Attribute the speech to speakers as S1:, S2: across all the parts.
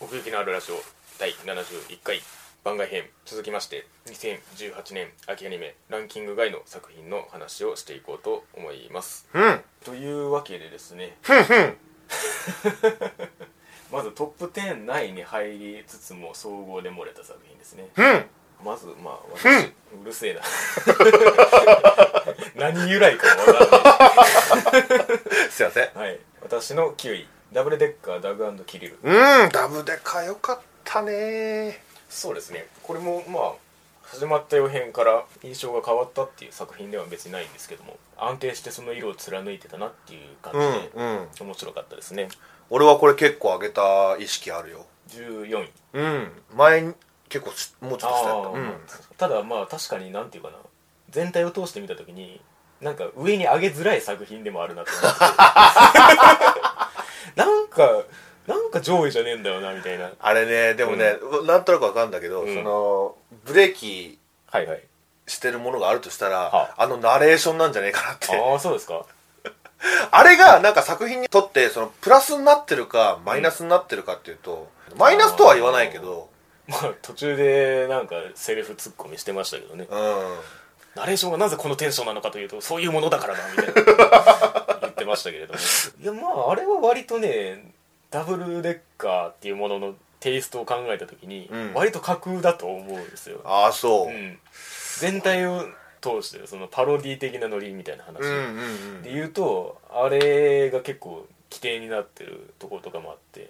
S1: 奥行きのあるラジオ第71回番外編続きまして2018年秋アニメランキング外の作品の話をしていこうと思います
S2: うん
S1: というわけでですね
S2: ふんふん
S1: まずトップ10内に入りつつも総合で漏れた作品ですね
S2: ふん
S1: まずまあ私うるせ えな何由来かもわからない
S2: すいません
S1: はい私の9位ダブルデッカーダグキリル
S2: うんダブデカよかったね
S1: そうですねこれもまあ始まった予編から印象が変わったっていう作品では別にないんですけども安定してその色を貫いてたなっていう感じで、
S2: うんうん
S1: 面白かったですね
S2: 俺はこれ結構上げた意識あるよ
S1: 14位
S2: うん前に結構しもうちょっと下やった
S1: あ
S2: う
S1: ー
S2: ん
S1: ただまあ確かになんていうかな全体を通して見た時になんか上に上げづらい作品でもあるなと思 ってなんかなんか上位じゃねえんだよなみたいな
S2: あれねでもね、なんとなくわかるんだけど、
S1: うん
S2: そのブレーキ
S1: はいはい
S2: してるものがあるとしたら、
S1: は
S2: あのナレーションなんじゃねえかなって
S1: ああそうですか
S2: あれがなんか作品にとってそのプラスになってるかマイナスになってるかっていうと、マイナスとは言わないけど
S1: まあ途中でなんかセリフツッコミしてましたけどね
S2: うん
S1: ナレーションがなぜこのテンションなのかというとそういうものだからなみた いな言ってましたけれどもいやまああれは割とねダブルデッカーっていうもののテイストを考えた時に、
S2: うん
S1: 割と架空だと思うんですよ、
S2: ああそう、
S1: うん、全体を通してそのパロディ的なノリみたいな話、
S2: うんうんうん
S1: で言うとあれが結構規定になってるところとかもあって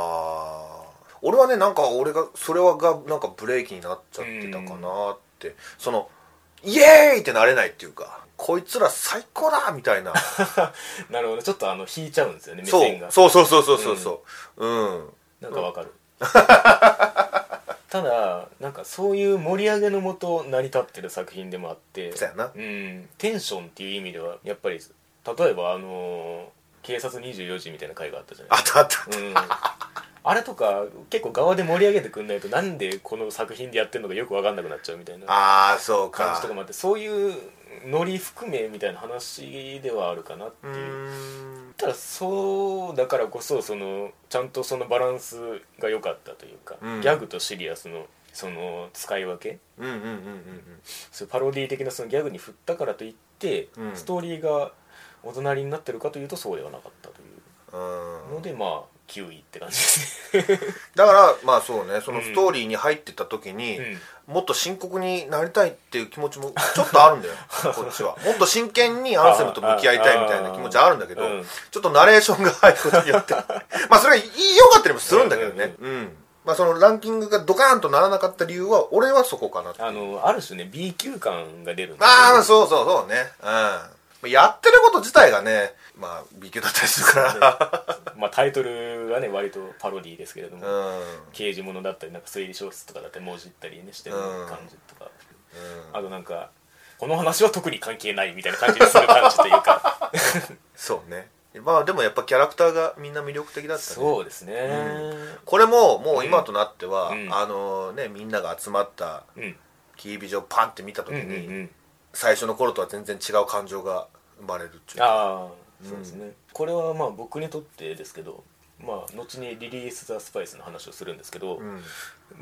S2: ああ俺はねなんか俺がそれはがなんかブレーキになっちゃってたかなって、そのイエーイってなれないっていうかこいつら最高だみたいな
S1: なるほどちょっとあの引いちゃうん ですよね目
S2: そ
S1: 線
S2: う
S1: が
S2: そうそうそうそうそうそううん、
S1: なんかわかるただなんかそういう盛り上げのもと成り立ってる作品でもあって
S2: そうやな
S1: うんテンションっていう意味ではやっぱり例えばあのー警察24時」みたいな回があったじゃない
S2: あったあったあった
S1: うん、あれとか結構側で盛り上げてくんないとなんでこの作品でやってるのかよく分かんなくなっちゃうみたいな
S2: ああそう
S1: 感
S2: か
S1: じとかもあってそういうノリ含めみたいな話ではあるかなって
S2: う
S1: いう。
S2: ーん
S1: ただそうだからこそそのちゃんとそのバランスが良かったというか、
S2: うん
S1: ギャグとシリアスのその使い分け
S2: うんうんうんうん
S1: そういうパロディ的なそのギャグに振ったからといって、
S2: うん
S1: ストーリーがお隣になってるかというとそうではなかったという
S2: うんうん
S1: ので、まあ9位って感じです
S2: だからまあそうねそ
S1: う
S2: の
S1: ん
S2: ストーリーに入ってた時に、
S1: ね、
S2: もっと深刻になりたいっていう気持ちもちょっとあるんだ よこっちはもっと真剣にアンセムと向き合いたいみたいな気持ちはあるんだけど、
S1: うん
S2: ちょっとナレーションが入ることによって まあそれが良かったりもするんだけどねうん、まあ、そのランキングがドカーンとならなかった理由は俺はそこかな
S1: あのある種ね B 級感が出るんです
S2: ああ
S1: よ
S2: そうそうそうねうんまあやってること自体がねまあ B 級だったりするか
S1: まあ、タイトルがね割とパロディですけれども、
S2: らうん、うん、
S1: 刑事物だったりなんか推理小説とかだって文字ったりねしてる感じとか、あとなんかこの話は特に関係ないみたいな感じにする感じというか
S2: そうねまあでもやっぱキャラクターがみんな魅力的だったね
S1: そうですね
S2: これももう今となっては、
S1: うん
S2: あのねみんなが集まった
S1: うん
S2: キービジョンパンって見た
S1: う
S2: 時
S1: んう
S2: に、
S1: んうん
S2: 最初の頃とは全然違う感情が生まれるっていう
S1: ああそうですね、これはまあ僕にとってですけどまあ後にリリース・ザ・スパイスの話をするんですけど、
S2: うん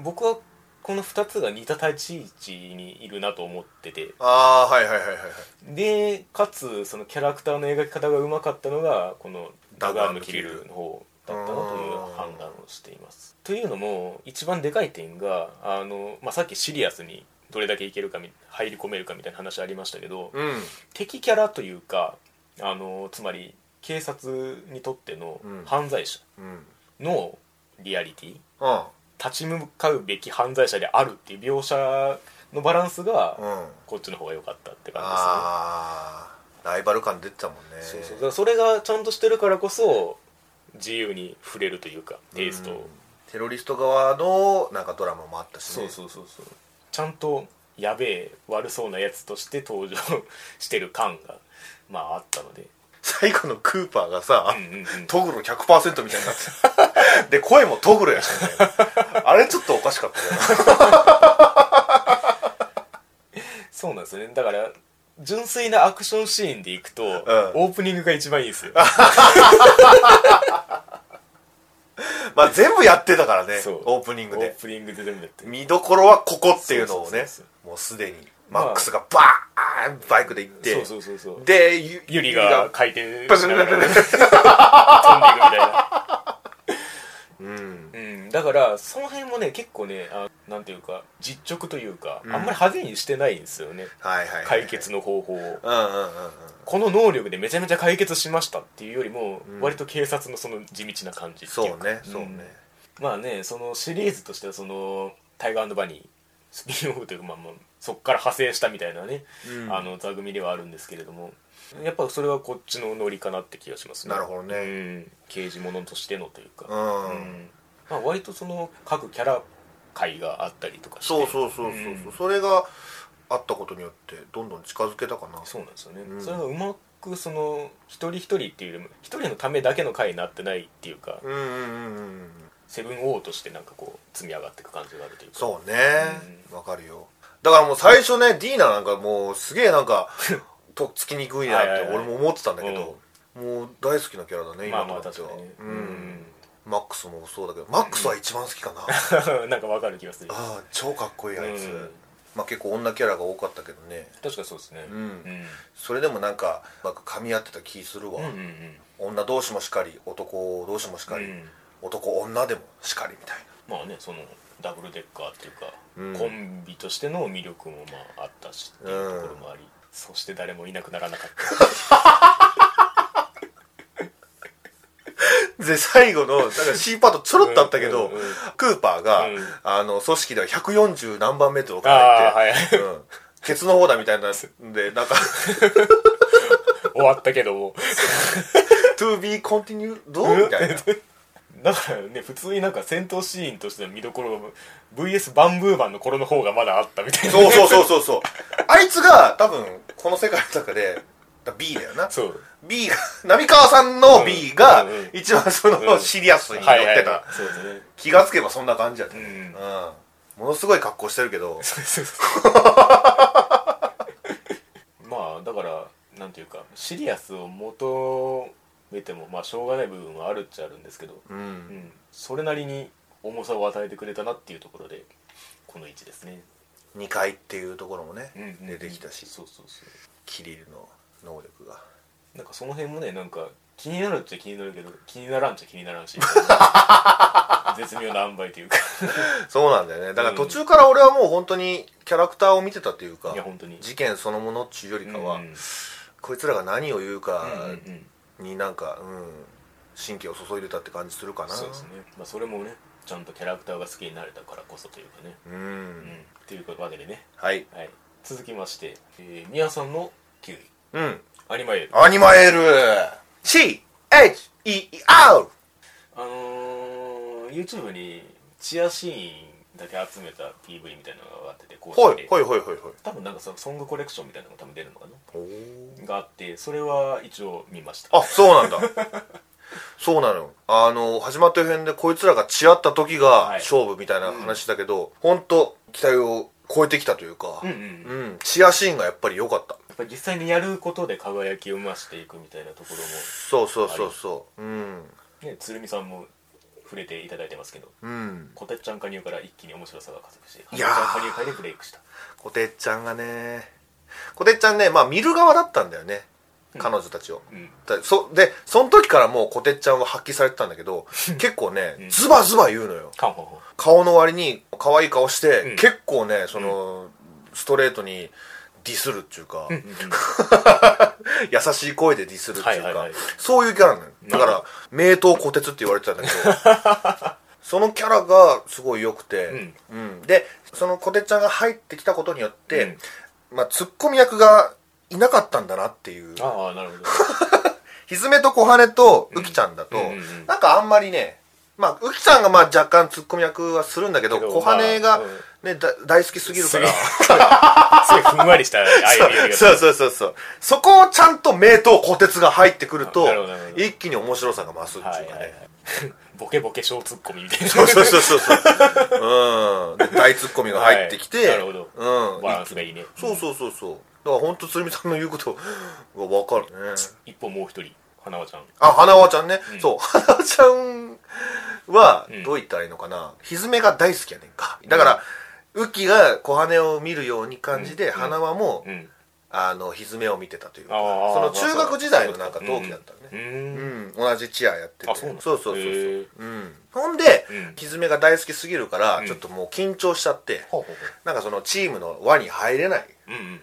S1: 僕はこの2つが似た立ち位置にいるなと思ってて
S2: ああはいはいはいはいはい
S1: でかつそのキャラクターの描き方がうまかったのがこのダガーム・キリルの方だったなという判断をしていますというのも一番でかい点があの、まあ、さっきシリアスにどれだけいけるかみ入り込めるかみたいな話ありましたけど
S2: うん
S1: 敵キャラというかあのつまり警察にとっての
S2: うん
S1: 犯罪者
S2: うん
S1: のリアリティ
S2: うん
S1: 立ち向かうべき犯罪者であるっていう描写のバランスが
S2: うん
S1: こっちの方が良かったって感じですね。
S2: ああライバル感出てたもんね
S1: そうそうだからそれがちゃんとしてるからこそ自由に触れるというかテイストを、
S2: うんテロリスト側のなんかドラマもあったし、ね、
S1: うそうそうちゃんとやべえ悪そうなやつとして登場してる感が まああったので
S2: 最後のクーパーがさ、
S1: うんうんうん
S2: トグロ100%みたいになってるで声もトグロやしねあれちょっとおかしかったよな
S1: そうなんですよねだから純粋なアクションシーンでいくと、オープニングが一番いいんですよ
S2: まあ全部やってたからね
S1: そう
S2: オープニング
S1: オー
S2: で
S1: プニングで全部やってる
S2: 見どころはここっていうのを
S1: そうそう
S2: ね
S1: そう
S2: もうすでにマ
S1: まあ
S2: ックスがバーンバイクで行って
S1: そうそうそうそう
S2: でゆ
S1: ユリが回転しな
S2: パシャ
S1: がら
S2: パシ
S1: 飛んでいくみ
S2: ャ
S1: たいな
S2: うん
S1: うん、だからその辺もね結構ねあなんていうか実直というか、
S2: ん
S1: あんまり派手にしてないんですよね
S2: はいはいはい
S1: 解決の方法を
S2: うんうんうんうん
S1: この能力でめちゃめちゃ解決しましたっていうよりも、
S2: ん
S1: 割と警察のその地道な感じって
S2: そ
S1: いう
S2: うね
S1: か
S2: そうね、
S1: うんまあねそのシリーズとしてはその「タイガーバニー」スピンオフというか、まあ、まあそこから派生したみたいなね、
S2: うん
S1: あの座組ではあるんですけれどもやっぱそれはこっちのノリかなって気がしますね
S2: なるほどね
S1: うん、刑事ものとしてのというか
S2: うん
S1: まあ、割とその各キャラ会があったりとかして
S2: そうそうそうそうそうそれがあったことによってどんどん近づけたかな
S1: そうなんですよね、
S2: ん
S1: それがうまくその一人一人っていうよりも一人のためだけの会になってないっていうか、
S2: うんうんうんうん
S1: セブン王としてなんかこう積み上がっていく感じがあるというか
S2: そうねわ、かるよだからもう最初ねディーナなんかもうすげえな んかとっつきにくいな
S1: はい
S2: っ
S1: はい
S2: て
S1: はい
S2: 俺も思ってたんだけど、もう大好きなキャラだね
S1: ま
S2: 今
S1: あまあ
S2: とって
S1: 確
S2: は、
S1: かにね
S2: うん、マックスもそうだけどマックスは一番好きかな、あ
S1: うん なんかわかる気がする
S2: あ超かっこいいあいつ、
S1: うん
S2: まあ結構女キャラが多かったけどね
S1: 確かにそうですね
S2: うん
S1: うん
S2: それでもなんかうまく噛み合ってた気するわ、
S1: うんうん
S2: 女同士もしかり男同士もしかり、
S1: うん
S2: 男女でもしかりみたいな
S1: まあねそのダブルデッカーっていうか、
S2: うん
S1: コンビとしての魅力もまああったしっていうところもあり、そして誰もいなくならなか った
S2: で最後のなんか C パートちょろっとあったけど、
S1: うんうんうん
S2: クーパーが、
S1: うん
S2: あの組織では140何番目って書いて、
S1: あーはい
S2: うんケツの方だみたいなんでなんか
S1: 終わったけども
S2: 「to be continued」み たいな
S1: だからね普通になんか戦闘シーンとしての見どころが VS バンブーマンの頃の方がまだあったみたいな
S2: そうそうそうそうそうあいつが多分この世界の中でだ B だよな
S1: そう
S2: B が浪川さんの B が
S1: うんうんうん
S2: 一番その
S1: うん
S2: シリアスに乗
S1: はい
S2: っ
S1: はい
S2: て
S1: は
S2: た
S1: いそうですね
S2: 気がつけばそんな感じやったね
S1: うん
S2: うんものすごい格好してるけど
S1: そうそうそう まあだからなんていうかシリアスを求めてもまあしょうがない部分はあるっちゃあるんですけど、
S2: う
S1: うんん、それなりに重さを与えてくれたなっていうところでこの位置ですね、
S2: 2階っていうところもね
S1: うんうんうん
S2: 出てきたし
S1: そうそうそう
S2: キリルの能力が
S1: なんかその辺もねなんか気になるっちゃ気になるけど気にならんっちゃ気にならんし絶妙な塩梅というか
S2: そうなんだよねだから途中から俺はもう本当にキャラクターを見てたというか
S1: いや本当に
S2: 事件そのものっちゅうよりかは
S1: うんうん
S2: こいつらが何を言う
S1: うん
S2: か
S1: うんうん
S2: になんかうん神経を注いでたって感じするかな
S1: そうですね、まあ、それもねちゃんとキャラクターが好きになれたからこそというかね
S2: う
S1: うん
S2: ん
S1: というわけでね、
S2: はい
S1: はい、続きまして、えー、宮さんの9位
S2: うん
S1: アニマエルあ
S2: アニマエル CHER
S1: のー、YouTube にチアシーンだけ集めた PV みたいなのが上がってて公
S2: ほ
S1: 式
S2: い
S1: で
S2: ほいほいほいほい
S1: 多分なんかそのソングコレクションみたいなのが多分出るのかな
S2: おー
S1: があってそれは一応見ました
S2: あそう なんだそうなのよあの始まった辺でこいつらが血合った時が
S1: はい
S2: 勝負みたいな話だけど、本当期待を超えてきたというか
S1: うんうんや
S2: うんチアシーンがやっぱり良かった
S1: っぱり実際にやることで輝きを増していくみたいなところ
S2: そうそうそうそううん
S1: もね鶴見さんも触れていただいてますけど
S2: うん
S1: こてっちゃん加入から一気に面白さが加速して
S2: いやー
S1: はてっちゃん加入会でブレイクした
S2: こてっちゃんがねこてっちゃんねまあ見る側だったんだよね
S1: うん
S2: 彼女たちを、
S1: うん
S2: だそでその時からもうこてっちゃんは発揮されてたんだけど結構ね、ズバズバ言うのよ
S1: カンファンファン
S2: 顔の割に可愛い顔して、
S1: うん
S2: 結構ねその、ストレートにディスるっていうか、優しい声でディスるっていうか、
S1: はいはいはい
S2: そういうキャラなのよだから名刀虎鉄って言われてたんだけど そのキャラがすごい良くて、うんでそのこてっちゃんが入ってきたことによって、まあ、ツッコミ役がいなかったんだなっていう
S1: ああなるほど
S2: ひずめと小羽とうきちゃんだと、
S1: うんうんうん
S2: なんかあんまりね、まあ、うきちゃんがまあ若干ツッコミ役はするんだけど、
S1: けど
S2: 小羽
S1: まあう
S2: が
S1: ん、
S2: ねだ大好きすぎるから。
S1: すごいふんわりした歩み寄りが
S2: そうそうそうそう。そこをちゃんと名刀虎鉄が入ってくると
S1: なるほどなるほ、ど
S2: 一気に面白さが増すって
S1: はいいう
S2: か
S1: はい
S2: ね。
S1: はいボケボケ小ツッコミみたいな
S2: そうそうそうそうそう。うん。で大ツッコミが入ってきて、
S1: はいなるほど
S2: うん。
S1: バランスがいいね
S2: そうそうそうそう。だから本当鶴見さんの言うことが分かるね。
S1: 一方もう一人花輪ちゃん
S2: あ花輪ちゃんね、
S1: うん
S2: そう花輪ちゃんは
S1: うん
S2: どう言ったらいいのかな、ひずめが大好きやねんかだから、雨季が小羽を見るように感じ
S1: う
S2: で、
S1: ん
S2: 花輪も、
S1: うん
S2: あのひずめを見てたというか
S1: あー
S2: そ
S1: ま
S2: の
S1: あ
S2: 中学時代のなんか同期だったのね、
S1: うん
S2: う
S1: うん
S2: ん、同じチアやってて
S1: あそうなんだ
S2: そうそうそうそう
S1: へー
S2: うん、ほんで、
S1: うん
S2: ひずめが大好きすぎるから、
S1: うん
S2: ちょっともう緊張しちゃって
S1: ほうほうほ
S2: なんかそのチームの輪に入れないう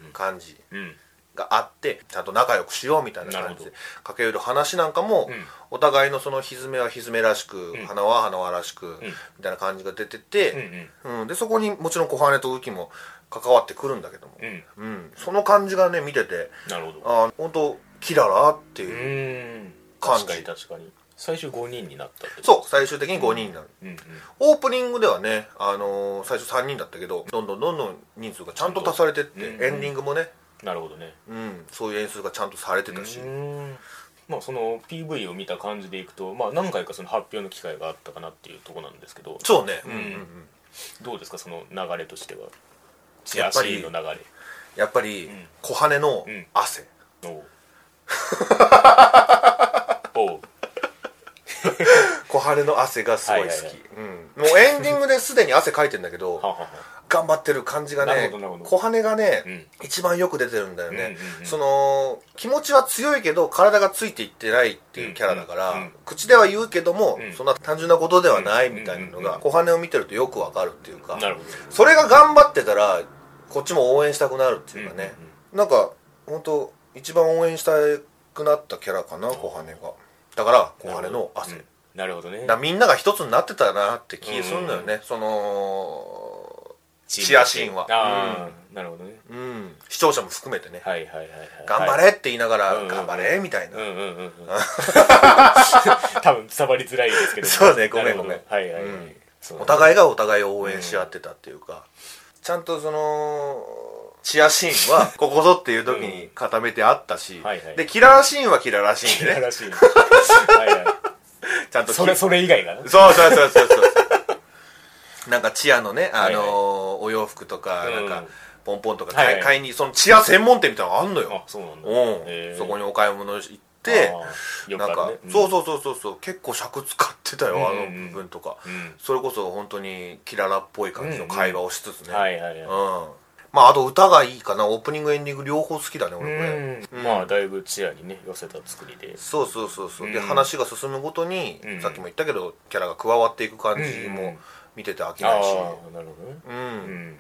S1: うん
S2: 感じ
S1: うんうん
S2: があってちゃんと仲良くしようみたいな感じ
S1: な
S2: で
S1: る
S2: 駆け寄る話なんかも、
S1: うん
S2: お互いのそのひずめはひずめらしく、
S1: ん
S2: 花は花はらしく、みたいな感じが出てて、
S1: うん
S2: うんでそこにもちろん小羽と雨季も関わってくるんだけども、
S1: うんうん
S2: うんその感じがね見てて
S1: なるほど
S2: あ本当キララっ
S1: う
S2: ていう、
S1: ん
S2: 感
S1: 確
S2: じ
S1: かに確かに最終5人になったって
S2: そう最終的に5人になる。
S1: う、うんうん、
S2: オープニングではね、あのー最初3人だったけどどんどんどんどん人数がちゃんと足されてって、
S1: うん
S2: エンディングもね、
S1: なるほどね
S2: うん、そういう演出がちゃんとされてたし、
S1: うーんまあその PV を見た感じでいくと、まあ、何回かその発表の機会があったかなっていうところなんですけど
S2: そうね、うん
S1: ん
S2: うんうん、
S1: どうですかその流れとしてはチ
S2: やっ
S1: ア
S2: ぱ
S1: シ
S2: り
S1: ーンの流
S2: やっぱり
S1: ん
S2: 小羽の
S1: うん
S2: 汗、
S1: れおうおう
S2: 小羽の汗がすごい好き、
S1: はいはいはい
S2: うん、もうエンディングですでに汗かいてんだけど
S1: ははは
S2: 頑張ってる感じが
S1: なる
S2: ね
S1: ほどなるほど
S2: 小羽がね、
S1: うん
S2: 一番よく出てるんだよね、
S1: うんうんうん
S2: その気持ちは強いけど体がついていってないっていうキャラだから、
S1: うんうんうん
S2: 口では言うけども、
S1: うん
S2: そんな単純なことではないみたいな
S1: う
S2: の
S1: んうんうん
S2: が
S1: うん
S2: 小羽を見てるとよくわかるっていうか
S1: なるほど
S2: それが頑張ってたらこっちも応援したくなるっていうかね、なんか本当一番応援したくなったキャラかな小羽がだから小羽の汗、
S1: うんなるほどね
S2: だからみんなが一つになってたなって気するんだよね、そのチアシーンは
S1: ああ、なるほどね
S2: うん視聴者も含めてね、
S1: はいはいはい、はい、
S2: 頑張れって言いながら、
S1: うんうん
S2: 頑張れみたいな、
S1: うんうん うんうん多分伝わりづらいですけども
S2: そうねごめん
S1: なるほど
S2: ごめん
S1: はいはいはい、
S2: うん
S1: そう
S2: お互いがお互いを応援し合ってたっていうか、ちゃんとそのチアシーンは ここぞっていう時に固めてあったし、
S1: はいはい
S2: でキララシーンはキララシーンで
S1: 嫌
S2: ね
S1: らしいはいはい
S2: ちゃんと
S1: それそれ以外がな
S2: そうそうそうそうそうなんかチアのね、あのー
S1: はいはい
S2: お洋服とか、
S1: うん
S2: なんかポンポンとか
S1: はい
S2: 買い,、
S1: はい
S2: 買いにそのチア専門店みたいなのあんのよ
S1: あそうなんだ
S2: うん、
S1: へー
S2: そこにお買い物行って
S1: あーよく
S2: な
S1: あ
S2: ん
S1: る
S2: か、
S1: ね
S2: そうそうそうそうそう結構尺使ってた
S1: う
S2: よ、
S1: んうんうん
S2: あの部分とか、
S1: うん
S2: それこそ本当にキララっぽい感じの会話をしつつね、うん
S1: はいはいはい
S2: まああと歌がいいかなオープニングエンディング両方好きだね俺こ
S1: う
S2: れ、
S1: んまあだいぶチアにね寄せた作りで
S2: そうそうそうそう、で
S1: うん
S2: 話が進むごとに、
S1: うん
S2: さっきも言ったけどキャラが加わっていく感じ
S1: うんう
S2: も
S1: ん
S2: 見てて飽き
S1: あ
S2: ないし、
S1: あなるほどね
S2: うん
S1: うん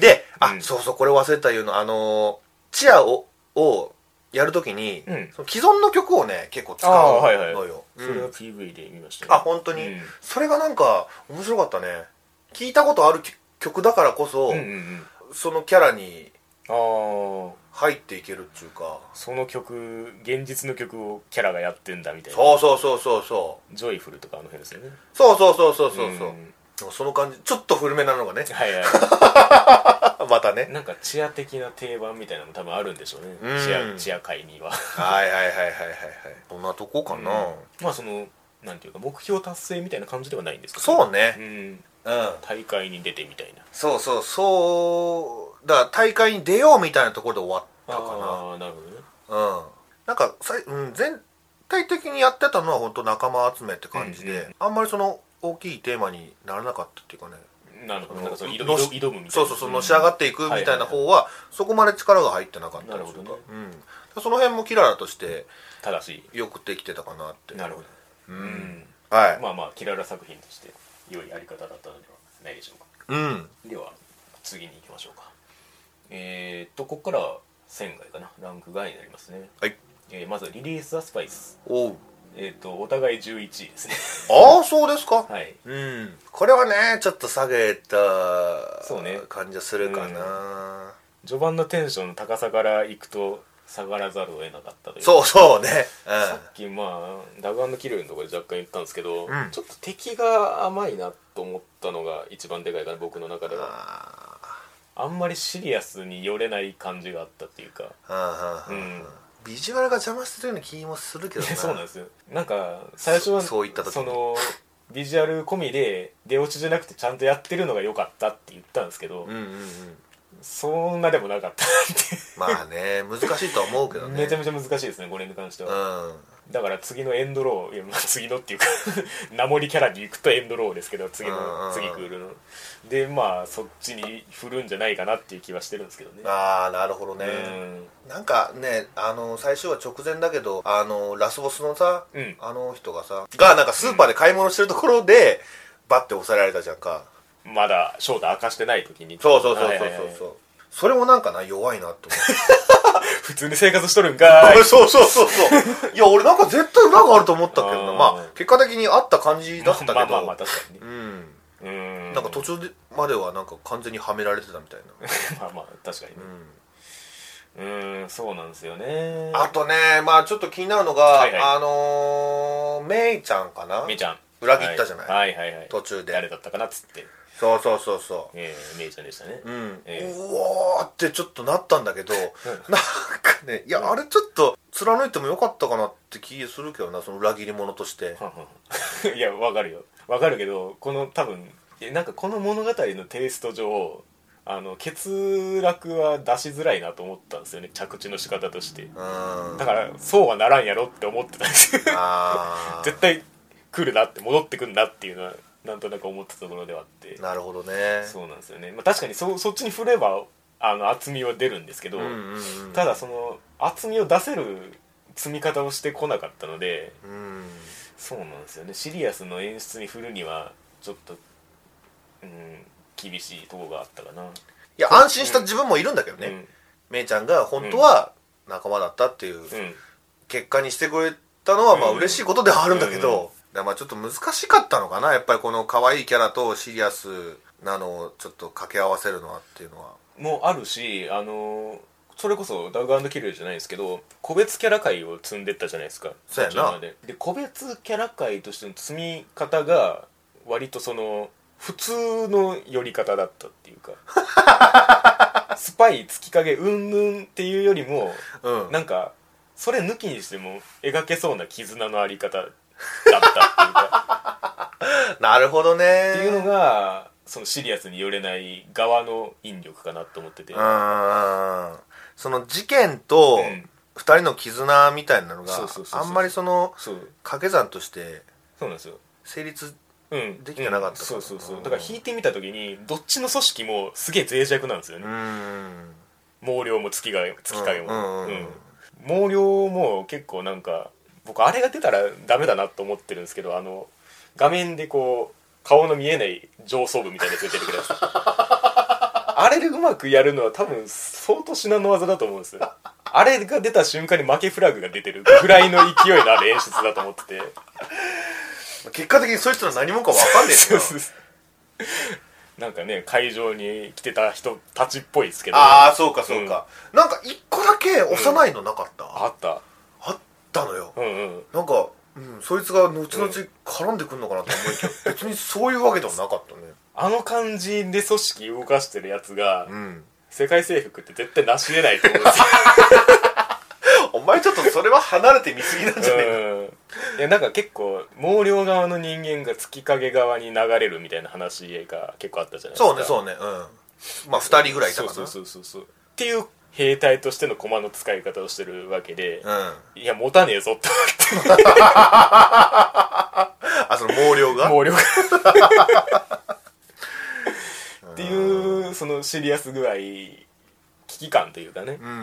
S2: であ、
S1: うん
S2: そうそうこれ忘れた言うのあのーチアををやるときに、
S1: うん
S2: その既存の曲をね結構使う
S1: あ
S2: の
S1: あ
S2: よ、
S1: はいはい
S2: うん
S1: それは PV で見ましたね
S2: あ本当に、
S1: うん
S2: それがなんか面白かったね聞いたことある曲曲だからこ
S1: う
S2: そ、
S1: んうんうん
S2: そのキャラに
S1: ああ
S2: 入っていけるっていうか
S1: その曲現実の曲をキャラがやってんだみたいな
S2: そうそうそうそうそう
S1: ジョイフルとかあの辺ですよね
S2: そうそうそうそうそうそう、
S1: ん
S2: その感じちょっと古めなのがね
S1: はいは
S2: また
S1: い
S2: ね
S1: なんかチア的な定番みたいなのも多分あるんでしょうね
S2: うん
S1: チアチア界には
S2: はいはいはいはいはいはいそんなとこかな、
S1: うんまあそのなんていうか目標達成みたいな感じではないんですけど
S2: そう
S1: う
S2: ね
S1: ん
S2: うん、
S1: 大会に出てみたいな
S2: そうそうそうだから大会に出ようみたいなところで終わったか
S1: ああーなるほどね
S2: なうんなんかさい、うん、全体的にやってたのは本当仲間集めって感じで、
S1: うんう
S2: あんまりその大きいテーマにならなかったっていうかね
S1: なるほどなんかその挑
S2: の
S1: む
S2: し
S1: 挑むみたいな
S2: そうそうそうのし上がっていくみたいな方はそこまで力が入ってなかったりする
S1: なる
S2: か
S1: ほ
S2: うん、その辺もキララとして
S1: ただし
S2: よくできてたかなって
S1: なるほどう
S2: う
S1: んん
S2: はい、
S1: まあまあキララ作品として良いあり方だったのではないでしょうか
S2: うん
S1: では次に行きましょうかえー、っとここからは仙外かなランク外になりますね、
S2: はい
S1: えーまずリリース・ザ・スパイス
S2: おう
S1: えー、っとお互い11位 ですね
S2: ああそうですか、
S1: はい
S2: うんこれはねちょっと下げた
S1: そうね
S2: 感じはするかな
S1: 序盤のテンションの高さから行くと下がらざるを得なかったという
S2: そうそうね
S1: さっきまあダグキルのところで若干言ったんですけど、
S2: うん
S1: ちょっと敵が甘いなと思ったのが一番でかいかな僕の中で
S2: うん
S1: は
S2: あ
S1: あんまりシリアスに寄れない感じがあったっていうか
S2: ーあー、
S1: うん
S2: ビジュアルが邪魔してるような気もするけど
S1: いやそうなんですよなんか
S2: そ
S1: 最初は
S2: そういった時に
S1: そのビジュアル込みで出落ちじゃなくてちゃんとやってるのが良かったって言ったんですけど、
S2: うんうんうん
S1: そんなでもなかったっ
S2: まあね難しいとは思うけ
S1: て、
S2: どね
S1: めちゃめちゃ難しいですねこれに関しては、
S2: うん
S1: だから次のエンドローいや、まあ、次のっていうか 名盛キャラに行くとエンドローですけど次
S2: うんう
S1: の
S2: ん
S1: 次クールのでまあそっちに振るんじゃないかなっていう気はしてるんですけどね
S2: ああなるほどね
S1: うん
S2: なんかねあの最初は直前だけどあのラスボスのさ、
S1: うん
S2: あの人がさがなんかスーパーで買い物してるところで、バッて押さえられたじゃんか
S1: まだ正体明かしてない時に
S2: そうそうそうそう
S1: はい
S2: そ
S1: は
S2: う
S1: いはい
S2: そう、それもなんかな弱いなと思って
S1: 普通に生活しとるんかい
S2: そうそうそうそういや俺なんか絶対裏があると思ったけどな
S1: あー
S2: まあ結果的にあった感じだったけど、
S1: まあまあまあ確かにね
S2: うん
S1: うん
S2: なんか途中でまではなんか完全にはめられてたみたい な、
S1: まあまあ確かにね
S2: うん
S1: うんそうなんですよね
S2: あとねまあちょっと気になるのが、
S1: はいはい
S2: あのー、メイちゃんかな
S1: めいちゃん
S2: 裏切ったじゃない
S1: はい、はいはいはい
S2: 途中で
S1: 誰だったかなっつって
S2: そうそうそうそう
S1: ええめいちゃんでしたね
S2: うん
S1: ええ
S2: うわーってちょっとなったんだけど、なんかねいやあれちょっと貫いてもよかったかなって気するけどなその裏切り者として
S1: はんはん いやわかるよわかるけどこの多分えなんかこの物語のテイスト上あの欠落は出しづらいなと思ったんですよね着地の仕方として
S2: うんあ
S1: だからそうはならんやろって思ってたんですよ
S2: あ
S1: 絶対来るなって戻ってくんなっていうのはなんとなく思ってたところではあって
S2: なるほどね
S1: そうなんですよね、まあ、確かにそそっちに振ればあの厚みは出るんですけど、
S2: うんうんうん
S1: ただその厚みを出せる積み方をしてこなかったので
S2: うん
S1: そうなんですよねシリアスの演出に振るにはちょっとうん厳しいとこがあったかな、
S2: いや安心した自分もいるんだけどね、めいちゃんが本当は仲間だったっていう
S1: うん、うん、
S2: 結果にしてくれたのはまあ
S1: うん
S2: 嬉しいことではあるんだけど、
S1: うん
S2: だからまあちょっと難しかったのかなやっぱりこの可愛いキャラとシリアスなのをちょっと掛け合わせるのはっていうのは
S1: もうあるしあのーそれこそダグキルじゃないですけど個別キャラ界を積んでったじゃないですか
S2: そうやな
S1: 途中までで個別キャラ界としての積み方が割とその普通の寄り方だったって いうかスパイ月影うんぬんっていうよりも
S2: うん
S1: なんかそれ抜きにしても描けそうな絆のあり方だったっていうか
S2: なるほどね
S1: っていうのがそのシリアスに寄れない側の引力かなと思ってて、
S2: うんその事件
S1: う
S2: と
S1: ん
S2: 2人の絆みたいなのが
S1: そうそうそうそう
S2: あんまりその
S1: そう
S2: 掛け算として
S1: そうなんですよ
S2: 成立
S1: うん
S2: できてなか
S1: う
S2: ったから
S1: んそうそうそう
S2: うん
S1: だから引いてみた時にどっちの組織もすげえ脆弱なんですよ
S2: う
S1: ね、
S2: ん
S1: 毛量も月影も月影も、
S2: うんうんうん
S1: 毛量も結構なんか僕あれが出たらダメだなと思ってるんですけどあの画面でこう顔の見えない上層部みたいなやつが出てくるや つあれでうまくやるのは多分相当至難の技だと思うんですよあれが出た瞬間に負けフラグが出てるぐらいの勢いのある演出だと思ってて
S2: 結果的にそいつら何もか分かんねえし
S1: そ
S2: な
S1: うそうそうなんかね会場に来てた人たちっぽいですけど
S2: ああそうかそうか、なんか1個だけ幼いのなかった、
S1: あった
S2: あったのよ
S1: うんうん
S2: なんか、うん、そいつが後々絡んでくるのかなと思いきや、別にそういうわけでもなかったね
S1: あの感じで組織動かしてるやつが、
S2: うん
S1: 世界征服って絶対成し得ないと思うん ですよ
S2: お前ちょっとそれは離れて見すぎなんじゃねえか
S1: うんいやなんか結構毛量側の人間が月影側に流れるみたいな話が結構あったじゃないですか
S2: そうねそうねうんまあ2人ぐらいいたかな
S1: そうそうそうそうっていう兵隊としての駒の使い方をしてるわけで、
S2: うん
S1: いや持たねえぞって思って
S2: あその毛量が
S1: 毛量が っていうそのシリアス具合危機感というかね、
S2: うんう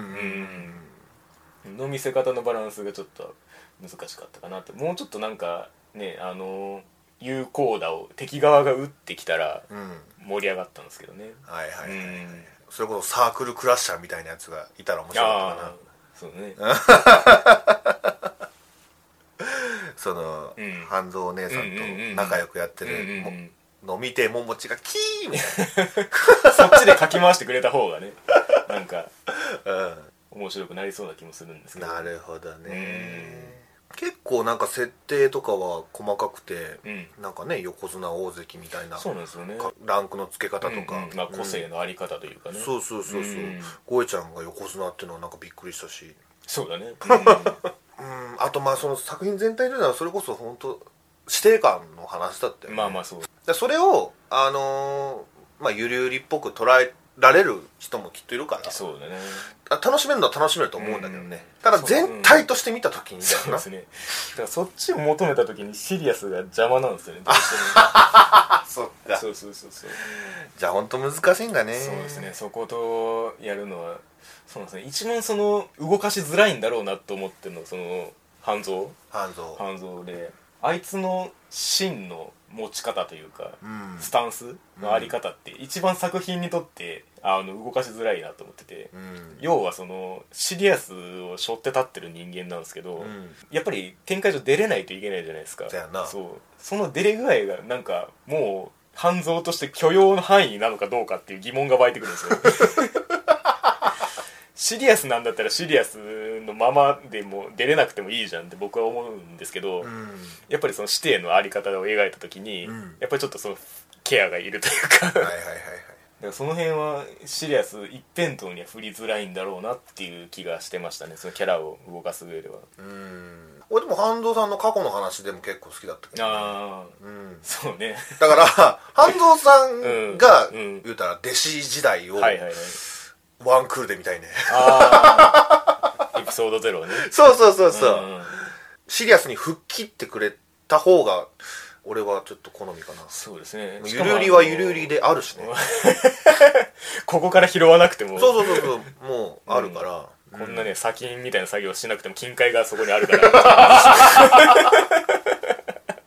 S2: ん
S1: の見せ方のバランスがちょっと難しかったかなってもうちょっとなんかねあの有効打を敵側が打ってきたら
S2: うん
S1: 盛り上がったんですけどね
S2: はい
S1: う
S2: はい、はい
S1: ん
S2: それこそサークルクラッシャーみたいなやつがいたら面白かったか
S1: ああ
S2: な
S1: そうね
S2: その、
S1: うん
S2: 半蔵お姉さんと仲良くやってる、
S1: うんうんうん
S2: も飲みてもんもちがキーみた
S1: そっちでかき回してくれた方がねなんか
S2: いな、うん
S1: 面白くなりそうな気もするんですけど
S2: なるほどね結構なんか設定とかは細かくて、
S1: うん
S2: なんかね横綱大関みたいな
S1: そうなんですよね
S2: かランクの付け方とか、
S1: うんうんまあ、個性
S2: うん
S1: のあり方というかね、
S2: そうそうそうそう
S1: うん
S2: ゴエちゃんが横綱っていうのはなんかびっくりしたし
S1: そう だね、
S2: うんあとまあその作品全体というのはそれこそ本当師弟感の話だっ
S1: う
S2: たよね
S1: んまあまあそう
S2: だからそれをあのーまあゆりゆりっぽく捉えられる人もきっといるから
S1: そうだね
S2: あ楽しめるのは楽しめると思うんだけどね、
S1: うん
S2: ただ全体として見た時にだ
S1: そう
S2: よ
S1: ですねだからそっちを求めた時にシリアスが邪魔なんですよねどうしても
S2: なあそっか
S1: そうそうそうそう、
S2: じゃあ本当難しいんだね
S1: そうですねそことやるのはそうなんですね一番その動かしづらいんだろうなと思ってるのはその半蔵
S2: 半蔵
S1: 半蔵であいつの真の持ち方というか、
S2: うん
S1: スタンスのあり方って一番作品にとってあの動かしづらいなと思ってて、
S2: うん
S1: 要はそのシリアスを背負って立ってる人間なんですけど、
S2: うん
S1: やっぱり展開上出れないといけないじゃないですか
S2: そうやな
S1: そうその出れ具合がなんかもう半蔵として許容の範囲なのかどうかっていう疑問が湧いてくるんですよ シリアスなんだったらシリアスのままでも出れなくてもいいじゃんって僕は思うんですけど、
S2: うん
S1: やっぱりその師弟のあり方を描いた時に、
S2: うん
S1: やっぱりちょっとそのケアがいるというかだ
S2: は
S1: か
S2: いはいはいはい
S1: らその辺はシリアス一辺倒には振りづらいんだろうなっていう気がしてましたねそのキャラを動かす上では
S2: うん俺でも半蔵さんの過去の話でも結構好きだったけどね、
S1: ああ
S2: うん、
S1: そうね
S2: だ から半蔵さんが、
S1: うんうん
S2: 言うたら弟子時代を
S1: はいはいはい
S2: ワンクールで見たいね、
S1: ああエピソードゼロね
S2: そうそうそうそう、
S1: んん
S2: シリアスに吹っ切ってくれた方が俺はちょっと好みかな
S1: そうですね
S2: ゆるりはゆる
S1: り
S2: りであるしね
S1: ここから拾わなくても
S2: そうそうそうそうもうあるから、
S1: こんなね砂金みたいな作業しなくても金塊がそこにあるから